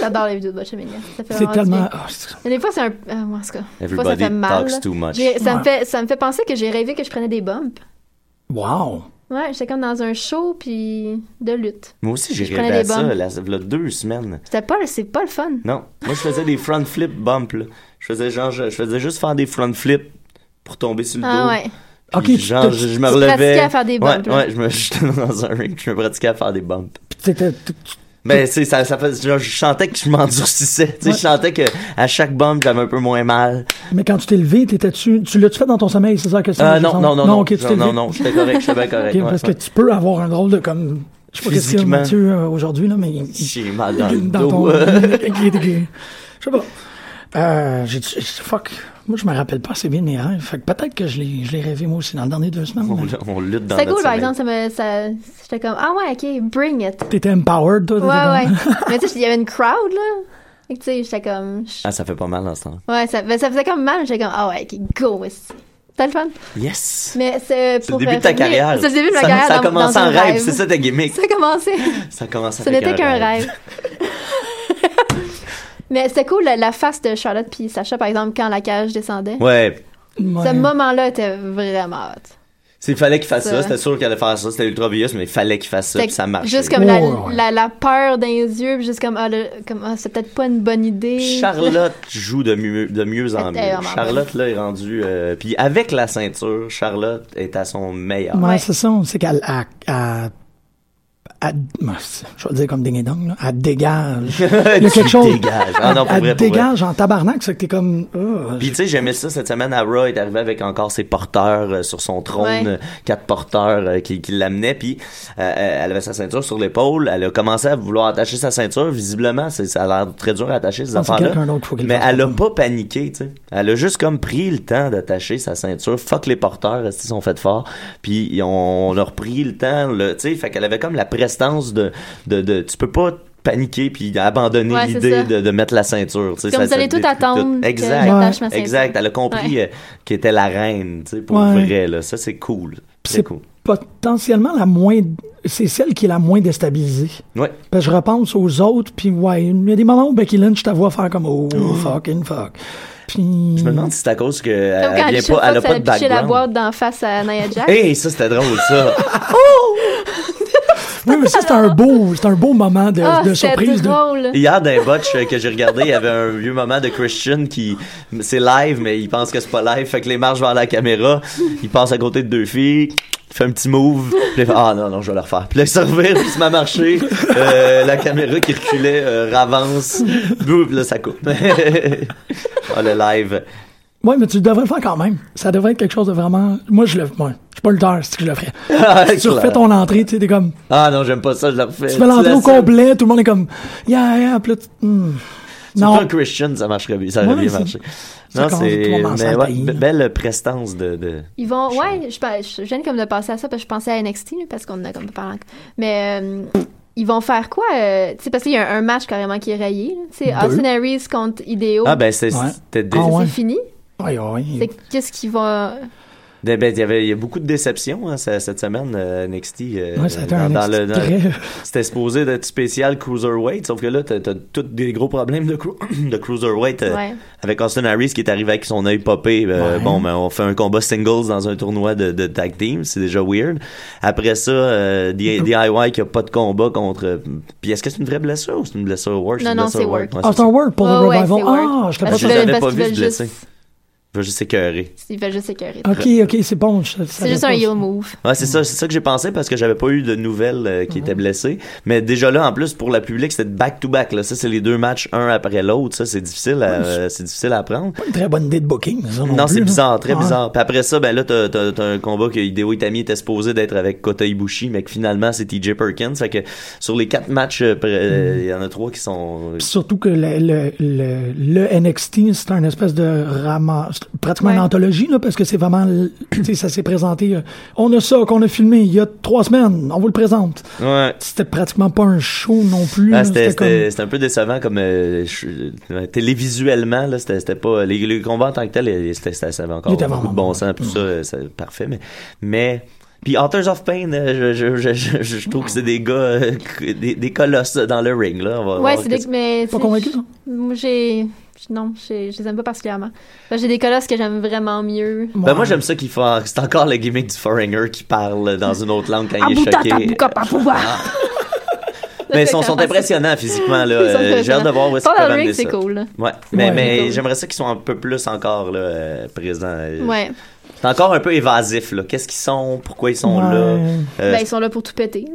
S6: J'adore les vidéos de Botchamania. Ça fait
S5: C'est
S6: vraiment du
S5: tellement.
S6: bien.
S5: ah, c'est-
S6: Mais Des fois, c'est un. euh, ouais, en tout cas, des fois, ça
S1: Everybody
S6: fait mal.
S1: talks
S6: là.
S1: too much.
S6: J'ai- ça, me
S5: Ouais.
S6: fait, ça me fait penser que j'ai rêvé que je prenais des bumps.
S5: Wow.
S6: Ouais, j'étais comme dans un show puis de lutte.
S1: Moi aussi, j'ai
S6: Je
S1: rêvé
S6: prenais
S1: à
S6: des
S1: ça,
S6: bombes.
S1: là, ça- v'là deux semaines.
S6: C'était pas, c'est pas le fun.
S1: Non, moi, je faisais des front flip bumps, là. Je faisais genre, je, je faisais juste faire des front flips pour tomber sur le
S6: Ah
S1: dos.
S6: ouais.
S1: Puis
S5: Ok, tu
S1: genre,
S5: te-
S1: je, je me
S6: tu te
S1: relevais.
S6: pratiquais à faire des bumps,
S1: Ouais,
S6: là.
S1: ouais, je me, j'étais dans un ring, je me pratiquais à faire des bumps.
S5: Puis t'étais- tu- tu-
S1: Mais c'est ça, ça fait, genre, je sentais que je m'endurcissais. Tu sais,
S5: Ouais.
S1: je sentais que à chaque bump, j'avais un peu moins mal.
S5: Mais quand tu t'es levé, t'étais-tu- tu l'as-tu fait dans ton sommeil, c'est ça la question?
S1: Euh,
S5: je
S1: non,
S5: sens?
S1: non, non, non,
S5: ok, tu t'es
S1: non, non,
S5: levé.
S1: non, j'étais correct, j'étais bien correct.
S5: Ok,
S1: ouais,
S5: parce que
S1: ouais.
S5: tu peux avoir un rôle de comme. Je sais pas qu'est-ce qu'il y a
S1: Physiquement. Ah,
S5: Mathieu euh, aujourd'hui, là, mais.
S1: J'ai mal dans le
S5: Dans
S1: dos.
S5: ton. Je sais pas. Euh, j'ai j'ai- fuck. Moi, je me rappelle pas assez bien de mes rêves. Fait que peut-être que je l'ai je l'ai rêvé moi aussi dans le dernier deux semaines.
S1: on,
S5: mais-
S1: on lutte dans
S6: C'était
S1: notre
S6: cool, par
S1: sommeil.
S6: exemple. ça me- ça- J'étais comme, ah ouais, ok, bring it.
S5: T'étais empowered, toi.
S6: Ouais,
S5: t'étais comme-
S6: ouais. mais tu sais, il y avait une crowd, là. Et tu sais, j'étais comme. je-
S1: Ah, ça fait pas mal dans ce temps.
S6: Ouais, ça, ben, ça faisait comme mal. J'étais comme, ah ouais, ok, go, esti. C'était le fun.
S1: Yes!
S6: Mais c'est
S1: C'est
S6: pour
S1: le début de ta
S6: revenir-
S1: carrière.
S6: C'est le début de ma
S1: Ça-
S6: carrière.
S1: Ça a
S6: dans-
S1: commencé
S6: dans
S1: en
S6: un
S1: rêve, c'est ça ta gimmick.
S6: Ça a commencé.
S1: Ça commence
S6: Ce n'était qu'un rêve. Mais c'était cool, la, la face de Charlotte puis Sacha, par exemple, quand la cage descendait.
S1: Ouais.
S5: Ouais.
S6: Ce moment-là était vraiment hot.
S1: S'il fallait qu'il fasse ça,
S6: Ça.
S1: c'était sûr qu'il allait faire ça, c'était ultra vieux, mais il fallait qu'il fasse ça, puis
S6: C'était
S1: ça marchait.
S6: Juste comme la,
S5: Ouais, ouais, ouais.
S6: La, la peur dans les yeux, puis juste comme, ah, le- comme, ah, c'est peut-être pas une bonne idée.
S1: Charlotte joue de mieux, de mieux en mieux.
S6: C'était vraiment
S1: Charlotte, là, est rendue... euh, puis avec la ceinture, Charlotte est à son meilleur.
S5: Ouais,
S6: Ouais.
S5: c'est ça. C'est qu'elle. elle- elle- elle- moi, c'est- je vais le dire comme ding dong, là. Elle dégage. Il y a quelque
S1: Tu
S5: chose.
S1: dégages. Ah non, pour
S5: elle
S1: vrai, pour
S5: dégage en tabarnak, c'est que t'es comme. euh,
S1: Puis tu sais, j'aimais ça cette semaine à Raw, il est arrivé avec encore ses porteurs euh, sur son trône,
S6: Ouais.
S1: euh, quatre porteurs euh, qui, qui l'amenaient, puis euh, euh, elle avait sa ceinture sur l'épaule, elle a commencé à vouloir attacher sa ceinture, visiblement, c'est, ça a l'air très dur à attacher ces
S5: Non, Ah, c'est
S1: affaires-là,
S5: quelqu'un d'autre qu'il faut qu'il
S1: mais
S5: le fasse.
S1: elle a pas paniqué, tu sais, elle a juste comme pris le temps d'attacher sa ceinture, fuck les porteurs, ils sont faits forts, puis on, on a repris le temps, là, tu sais, fait qu'elle avait comme la prestance de, de, de tu peux pas paniquer puis abandonner
S6: Ouais, c'est
S1: l'idée
S6: ça.
S1: de, de mettre la ceinture, tu sais,
S6: Comme
S1: ça-
S6: vous allez
S1: ça
S6: tout
S1: détruit
S6: attendre que
S1: Exact.
S6: j'attache ma ceinture.
S1: Exact, elle a compris
S6: Ouais.
S1: euh, qu'elle était la reine, tu sais, pour
S5: Ouais.
S1: vrai, là. Ça, c'est cool. C'est
S5: c'est
S1: cool.
S5: potentiellement la moins. C'est celle qui est la moins déstabilisée.
S1: Ouais.
S5: Parce que je repense aux autres, puis ouais, il y a des moments où Becky Lynch, je te vois faire comme oh, fucking fuck. Puis.
S1: Je me demande si c'est à cause qu'elle
S6: Comme quand
S1: Euh, elle
S6: elle
S1: vient pas, elle a pas de
S6: pitché la
S1: background.
S6: boîte d'en face à Nia Jax.
S1: Hey, ça, c'était drôle, ça.
S5: Oui, mais ça, c'est un beau, c'est un beau moment de,
S6: Ah,
S5: de
S6: c'était
S5: surprise. de-
S6: drôle.
S1: Hier, d'un botch euh, que j'ai regardé, il y avait un vieux moment de Christian qui. C'est live, mais il pense que c'est pas live. Fait que les marches vers la caméra, il passe à côté de deux filles. Il fait un petit move. Puis il fait, ah non, non, je vais le refaire. Puis là, il se revire, puis il se met à marcher. Euh, la caméra qui reculait euh, ravance. Boum, puis là, ça coupe. ah, le live.
S5: Ouais, mais tu devrais le faire quand même. Ça devrait être quelque chose de vraiment. Moi, je le. Moi, je suis pas le c'est que je le ferais.
S1: Ah,
S5: Si tu
S1: clair.
S5: refais ton entrée, tu sais, t'es comme.
S1: Ah non, j'aime pas ça, je le refais.
S5: Tu fais l'entrée au
S1: l'assumes.
S5: complet, tout le monde est comme. Yeah, yeah, puis là, tu- hmm.
S1: Surtout
S5: Non.
S1: un Christian, ça marcherait bien. Ça aurait
S5: Ouais,
S1: bien
S5: c'est-
S1: marché.
S5: ça
S1: Non,
S5: commence
S1: c'est.
S5: tout le monde
S1: mais
S5: ensemble,
S1: ouais,
S5: taille.
S1: be- belle prestance de. de-
S6: Ils vont,
S1: Je-
S6: ouais, je, pa- je, je viens comme de passer à ça parce que je pensais à NXT là, parce qu'on en a comme pas parlé. encore. Mais euh, ils vont faire quoi euh, Tu sais parce qu'il y a un, un match carrément qui est rayé. là. Tu sais,
S5: Deux.
S6: Austin Aries contre Ideo.
S1: Ah, ben, c'est-
S5: Ouais.
S1: c'était. dé-
S5: Ah,
S6: c'est
S5: ouais.
S6: fini.
S5: Ouais, ouais, ouais.
S6: C'est- Qu'est-ce qui va
S1: de- ben, il y avait il y a beaucoup de déceptions hein, ça- cette semaine, euh, NXT. euh,
S5: Ouais, ça a été
S1: dans-
S5: un
S1: dans le-
S5: extrait.
S1: dans- C'était supposé d'être spécial Cruiserweight, sauf que là, t'as t'as tous des gros problèmes de, cru- de Cruiserweight. euh,
S6: Ouais.
S1: Avec Austin Harris qui est arrivé avec son œil popé, euh,
S5: Ouais.
S1: bon, ben, on fait un combat singles dans un tournoi de, de tag team, c'est déjà weird. Après ça, euh,
S5: Oh.
S1: D- DIY qui a pas de combat contre. euh, Puis est-ce que c'est une vraie blessure ou c'est une blessure work?
S6: Non,
S1: C'est une
S6: non,
S1: blessure
S6: c'est work.
S1: Ouais,
S5: Ah, c'est un word pour
S6: Ouais,
S5: le
S6: ouais,
S5: revival.
S6: c'est Word.
S5: ah,
S1: Parce
S5: je l'ai pas
S1: que
S6: qu'ils
S1: je
S5: dit.
S1: l'avais
S6: veulent-
S1: pas
S6: qu'ils
S1: vu
S6: veulent
S1: se blesser.
S6: juste-
S1: Je veux juste écœurer.
S6: Ils veulent juste écœurer.
S5: Ok, ok, c'est bon. je- je
S6: C'est
S5: savais
S6: juste
S5: Ah, pas
S6: un
S5: ça.
S6: heel move.
S1: Ouais,
S5: Mm.
S1: c'est ça, c'est ça que j'ai pensé parce que j'avais pas eu de nouvelles euh,
S5: Mm-hmm.
S1: qui étaient blessées. Mais déjà là, en plus, pour la public, c'était back to back, là. Ça, c'est les deux matchs, un après l'autre. Ça, c'est difficile à, euh, c'est difficile à prendre.
S5: Pas une très bonne idée de booking. ça,
S1: Non,
S5: plus,
S1: c'est
S5: là. Ah.
S1: bizarre, très
S5: Ouais.
S1: bizarre. Puis après ça, ben là, t'as, t'as- t'as un combat que Hideo Itami était supposé d'être avec Kota Ibushi, mais que finalement, c'est TJ Perkins. Fait que sur les quatre matchs, euh, pré- euh,
S5: Mm.
S1: il y en a trois qui sont...
S5: Puis Surtout que le, le, le, le NXT, c'est un espèce de rama, c'est pratiquement une
S6: Ouais.
S5: anthologie, là, parce que c'est vraiment, le- tu sais, ça s'est présenté, euh, on a ça qu'on a filmé il y a trois semaines, on vous le présente.
S1: Ouais.
S5: C'était pratiquement pas un show non plus.
S1: Ah,
S5: là,
S1: c'était,
S5: Hmm, comme-
S1: c'était- c'était un peu décevant comme euh, je- euh, télévisuellement là c'était, c'était pas les, les combats en tant que tel euh, c'était, c'était- ça avait encore
S5: Il était
S1: beaucoup
S5: vraiment Hmm.
S1: de bon
S5: bon,
S1: sens tout ça euh, c'est parfait mais mais puis Hunters of Pain euh, je, je, je, je, je trouve que c'est des gars euh, des, des colosses dans le ring là On va
S6: Ouais,
S1: voir
S6: c'est
S1: que-
S6: des. Mais
S5: Pas
S6: c'est-
S5: convaincu, non?
S6: Moi, j'ai. Non, j'ai- je les aime pas particulièrement. Ben, J'ai des colosses que j'aime vraiment mieux.
S1: Ben moi j'aime ça qu'il faut c'est encore le gimmick du foreigner qui parle dans une autre langue quand il est choqué. Ah. Mais ils sont, sont impressionnants physiquement là.
S6: Ils sont
S1: Euh, J'ai hâte de voir où est-ce qu'ils
S6: Paul
S1: peuvent
S6: Elric,
S1: amener ça.
S6: c'est cool. là.
S1: Ouais, mais,
S5: Ouais.
S1: mais
S6: Cool.
S1: j'aimerais ça qu'ils soient un peu plus encore là, euh, présents. Euh,
S6: Ouais.
S1: C'est encore un peu évasif là. Qu'est-ce qu'ils sont, pourquoi ils sont
S5: Ouais.
S1: là. Euh,
S6: Ben, ils sont là pour tout péter. là.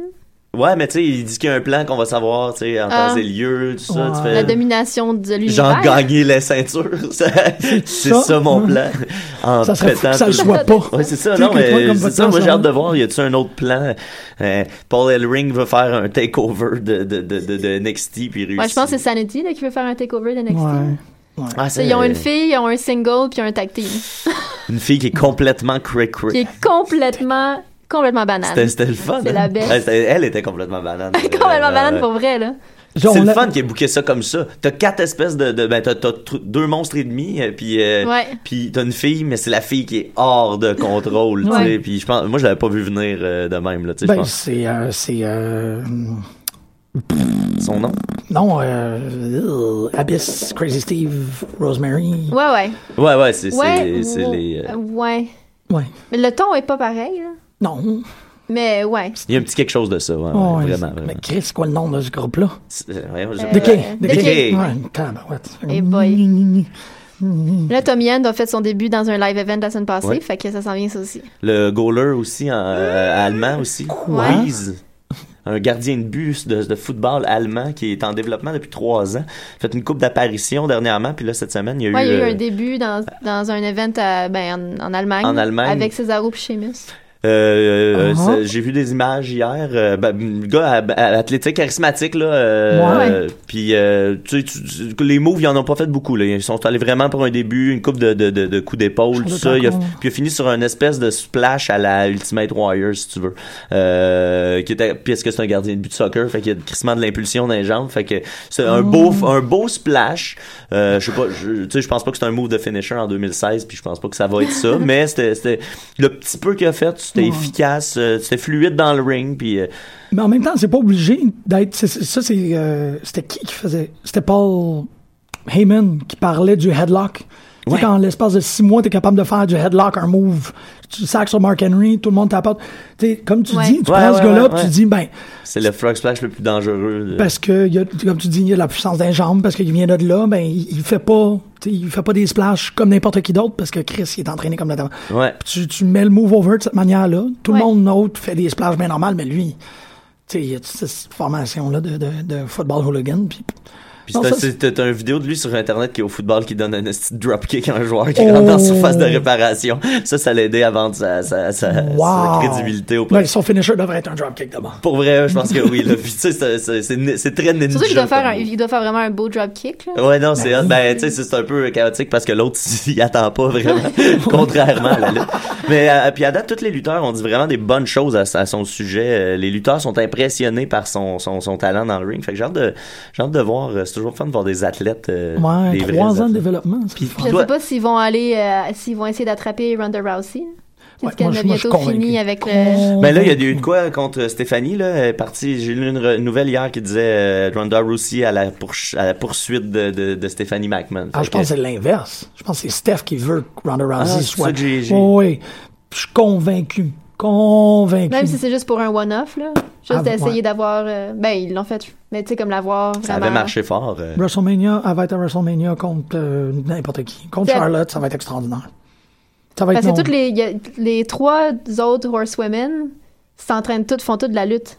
S1: Ouais, mais tu sais ils disent qu'il y a un plan qu'on va savoir, tu sais, en
S6: Ah.
S1: temps et lieu, tout ça.
S5: Ouais.
S1: Tu fais,
S6: La domination de l'univers.
S1: Genre gagner la ceinture, ça- c'est
S5: ça.
S1: ça, mon plan. En
S5: Ça serait fou
S1: pétant
S5: que ça le
S1: tout le
S5: soit pas.
S1: Ouais, c'est ça,
S5: Tu sais,
S1: non,
S5: que toi,
S1: mais
S5: comme
S1: c'est
S5: votre
S1: ça, moi
S5: temps,
S1: j'ai hâte de
S5: ça-
S1: voir, y a-tu un autre plan? Euh, Paul Elring veut faire un takeover de, de, de, de, de NXT, puis réussir.
S6: Ouais, je pense que c'est Sanity là, qui veut faire un takeover de NXT.
S5: Ouais.
S1: Ah,
S6: Tu sais,
S1: c'est-
S6: Ils ont une fille, ils ont un single, puis un tag team.
S1: Une fille qui est complètement cray-cray.
S6: Qui est complètement, complètement banane.
S1: C'était, c'était le fun.
S6: C'est
S1: hein?
S6: la best.
S1: Ouais, c'était- elle était complètement banane.
S6: complètement
S1: Euh,
S6: banane
S1: euh,
S6: pour vrai, là.
S5: Genre,
S1: C'est
S5: on
S1: le
S5: l'a-
S1: fun qui ait bouqué ça comme ça. T'as quatre espèces de. de ben, t'as, t'as tr- deux monstres et demi, euh, puis. euh,
S6: Ouais.
S1: Puis t'as une fille, mais c'est la fille qui est hors de contrôle, tu sais.
S5: Ouais.
S1: Puis je pense, moi je l'avais pas vu venir euh, de même, là, tu sais. je
S5: Ben,
S1: pense.
S5: c'est. euh, c'est euh,
S1: Son nom.
S5: non, euh, euh, Abyss, Crazy Steve, Rosemary.
S6: Ouais, ouais.
S1: Ouais, ouais, c'est,
S6: Ouais.
S1: c'est, c'est les. euh,
S6: Ouais.
S5: Ouais.
S6: Mais le ton est pas pareil, là.
S5: Non.
S6: Mais ouais.
S1: Il y a un petit quelque chose de ça, ouais, ouais,
S5: Oh, ouais,
S1: vraiment.
S5: c'est-
S1: vraiment.
S5: Mais Chris, c'est quoi le nom de ce groupe-là?
S1: C'est- euh, ouais, je-
S5: The
S6: Euh,
S5: King.
S6: The
S5: The King.
S1: King.
S5: Ouais, tabarouette.
S6: Eh boy. Là, Tommy End a fait son début dans un live event la semaine passée,
S1: Ouais.
S6: fait que ça s'en vient, ça aussi.
S1: Le goaler aussi, en, euh, allemand aussi.
S5: Quoi?
S1: Wiese. Un gardien de but de, de football allemand qui est en développement depuis trois ans. Fait une coupe d'apparition dernièrement, puis là, cette semaine, il y a
S6: Ouais,
S1: eu.
S6: il y a eu
S1: euh,
S6: un début dans, dans un event à- ben, en, en Allemagne.
S1: En Allemagne.
S6: Avec Cesaro puis Sheamus.
S1: Euh, euh,
S5: Ah.
S1: ça- J'ai vu des images hier. Euh, ben, le gars à- à- athlétique, charismatique, là. euh,
S5: Ouais.
S1: euh, Puis, euh, tu sais, tu- tu- les moves, ils en ont pas fait beaucoup. Là. Ils sont allés vraiment pour un début, une coupe de, de, de, de coups d'épaule, tout
S5: Je suis
S1: ça. Il a-
S5: d'accord.
S1: puis, il a fini sur un espèce de splash à la Ultimate Warrior, si tu veux. Euh, qui était, puis, est-ce que c'est un gardien de but de soccer? Fait qu'il y a crissement de l'impulsion dans les jambes. Fait que c'est un beau, un beau splash. Euh, je sais pas, je- tu sais, je pense pas que c'est un move de finisher en 2016, puis je pense pas que ça va être ça. mais c'était, c'était le petit peu qu'il a fait, c'était efficace, euh, c'était fluide dans le ring, puis euh,
S5: Mais en même temps, c'est pas obligé d'être. c'est- c'est- Ça, c'est. euh, C'était qui qui faisait. C'était Paul Heyman qui parlait du headlock. Tu sais,
S1: Ouais.
S5: quand en l'espace de six mois, t'es capable de faire du headlock, un move. Tu sacs sur Mark Henry, tout le monde t'apporte. Tu sais, comme tu
S6: Ouais.
S5: dis, tu
S1: Ouais,
S5: prends
S1: ouais,
S5: ce gars-là,
S1: ouais,
S5: puis tu
S1: ouais.
S5: dis, ben,
S1: c'est le frog splash le plus dangereux. euh.
S5: parce que, il y a- comme tu dis, il y a la puissance d'un jambe, parce qu'il vient de là, ben, il, il fait pas. tu sais, Il fait pas des splashs comme n'importe qui d'autre parce que Chris il est entraîné comme notamment.
S1: Ouais.
S5: Tu, tu mets le move over de cette manière-là. Tout
S6: Ouais.
S5: le monde autre fait des splashs bien normales, mais lui, tu sais, il y a toute cette formation-là de, de, de football hooligan. Puis
S1: Puis
S5: Non,
S1: c'est un-
S5: ça,
S1: c'est t'as- t'as une vidéo de lui sur Internet qui est au football qui donne un esti de dropkick à un joueur qui
S5: Oh.
S1: rentre dans la surface de réparation. Ça, ça l'aidait à vendre sa, sa- sa- sa
S5: Wow.
S1: crédibilité au
S5: Ben, son finisher devrait être un dropkick de mort.
S1: Pour vrai, je pense que oui. Là. Puis, tu sais, c'est- c'est- c'est c'est très ninja.
S6: Surtout qu'il doit, faire
S1: comme-
S6: un- il doit faire vraiment un beau dropkick.
S5: Euh,
S6: Là.
S1: Ouais, non, c'est hot. Ben, tu sais, c'est c'est un peu chaotique parce que l'autre, il attend pas vraiment, contrairement à la lutte. Mais, euh, puis à date, tous les lutteurs ont dit vraiment des bonnes choses à, à son sujet. Euh, Les lutteurs sont impressionnés par son, son, son talent dans le ring. Fait que j'ai hâte de, j'ai hâte de voir, euh, c'est toujours le fun de voir des athlètes. euh,
S5: Ouais,
S1: des
S5: trois
S1: vrais
S5: ans de
S1: athlètes.
S5: développement. c'est
S1: Puis-
S5: le fun.
S6: Je
S1: Toi-
S6: sais pas s'ils vont aller, euh, s'ils vont essayer d'attraper Ronda Rousey.
S5: Ouais,
S6: Parce qu'elle
S5: moi,
S6: a
S5: je- moi, je suis
S6: bientôt fini
S5: convaincu.
S6: avec euh, le.
S1: Mais Ben là, il y a eu de quoi contre euh, Stéphanie, là. Elle est partie, j'ai lu une re- nouvelle hier qui disait euh, Ronda Rousey à la, pourch- à la poursuite de, de, de Stéphanie McMahon.
S5: Ah,
S1: Fait
S5: je
S1: que-
S5: pense que c'est l'inverse. Je pense que c'est Steph qui veut que Ronda Rousey
S1: Ah, c'est
S5: soit. Oh,
S1: ça que j'ai- j'ai-
S5: oui, je suis convaincu. Convaincu.
S6: Même si c'est juste pour un one-off, là. Juste
S5: Ah,
S6: d'essayer
S5: ouais.
S6: d'avoir. euh, ben, ils l'ont fait. Mais tu sais, comme l'avoir.
S1: ça avait
S6: vraiment-
S1: marché fort. euh.
S5: WrestleMania, elle va être à WrestleMania contre euh, n'importe qui. Contre
S6: C'est-
S5: Charlotte, ça va être extraordinaire. Ça va
S6: Parce
S5: être
S6: que
S5: long.
S6: toutes les, il y a- les trois autres horsewomen s'entraînent toutes, font toutes de la lutte.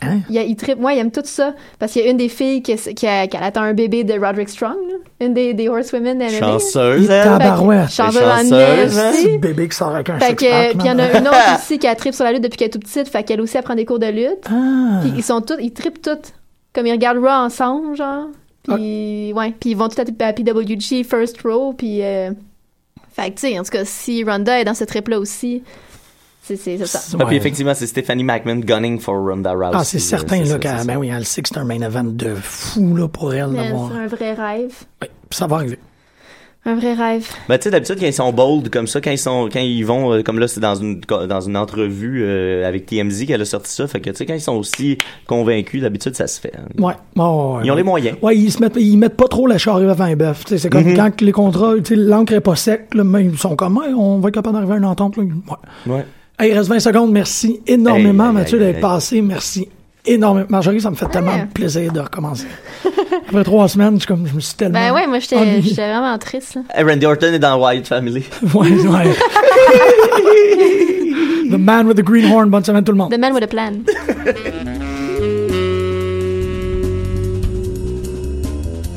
S5: Hein?
S6: Il y a, ils trippent- moi, ils aiment tout ça. Parce qu'il y a une des filles qui, qui, a, qui attend un bébé de Roderick Strong, là. Une des, des horsewomen elle aimait.
S1: Chanceuse,
S5: Il
S1: elle.
S5: tape. Tabarouette.
S6: J'en
S1: Les
S6: veux en
S1: chanceuses, hein?
S5: Ah, C'est le
S6: aussi.
S5: bébé qui sort avec un
S6: Fait que, euh,
S5: six-pack,
S6: puis il y en
S5: man.
S6: a une autre aussi qui a trip sur la lutte depuis qu'elle est toute petite. Fait qu'elle aussi, elle prend des cours de lutte.
S5: Ah.
S6: Puis ils sont tous, ils trippent toutes. Comme ils regardent Raw ensemble, genre. Puis, ouais. Puis ils vont tout à à PWG, First Row. Puis, euh, fait que, tu sais, en tout cas, si Ronda est dans ce trip-là aussi, c'est c'est- c'est ça.
S1: Ah, puis
S5: Ouais.
S1: effectivement, c'est Stephanie McMahon gunning for Ronda Rousey.
S5: Ah, c'est certain, là,
S1: ça,
S5: qu'elle,
S1: c'est
S5: ben
S1: ça.
S5: oui, elle sait que c'est un main event de fou, là, pour elle,
S6: Mais
S5: d'avoir.
S6: C'est un vrai rêve.
S5: Oui, ça va arriver.
S6: Un vrai rêve.
S1: Ben, tu sais, d'habitude, quand ils sont bold comme ça, quand ils sont, quand ils vont, euh, comme là, c'est dans une, co- dans une entrevue euh, avec TMZ qu'elle a sorti ça. Fait que, tu sais, quand ils sont aussi convaincus, d'habitude, ça se fait. hein.
S5: Ouais. ouais, ouais, ouais.
S1: Ils ont les moyens.
S5: Ouais, ils se mettent, ils mettent pas trop la charrue avant les bœufs. Tu sais, C'est comme
S1: Mhm.
S5: quand les contrats, tu sais, l'encre est pas sec, là, mais ils sont comme, Hey, on va être capable d'arriver à une entente. Là. Ouais.
S1: Ouais.
S5: Hey, il reste 20 secondes. Merci énormément,
S1: Hey, hey,
S5: Mathieu,
S1: hey,
S5: d'être
S1: hey.
S5: passé. Merci énormément. Marjorie, ça me fait tellement
S6: Ouais.
S5: plaisir de recommencer. Après trois semaines, je, suis comme, je me suis tellement.
S6: Ben ouais, moi, j'étais
S5: ennuyé.
S6: j'étais vraiment triste. là.
S1: Hey, Randy Orton est dans Wild Family.
S5: Ouais, ouais. The man with the green horn. Bonne semaine, tout le monde.
S6: The man with a plan.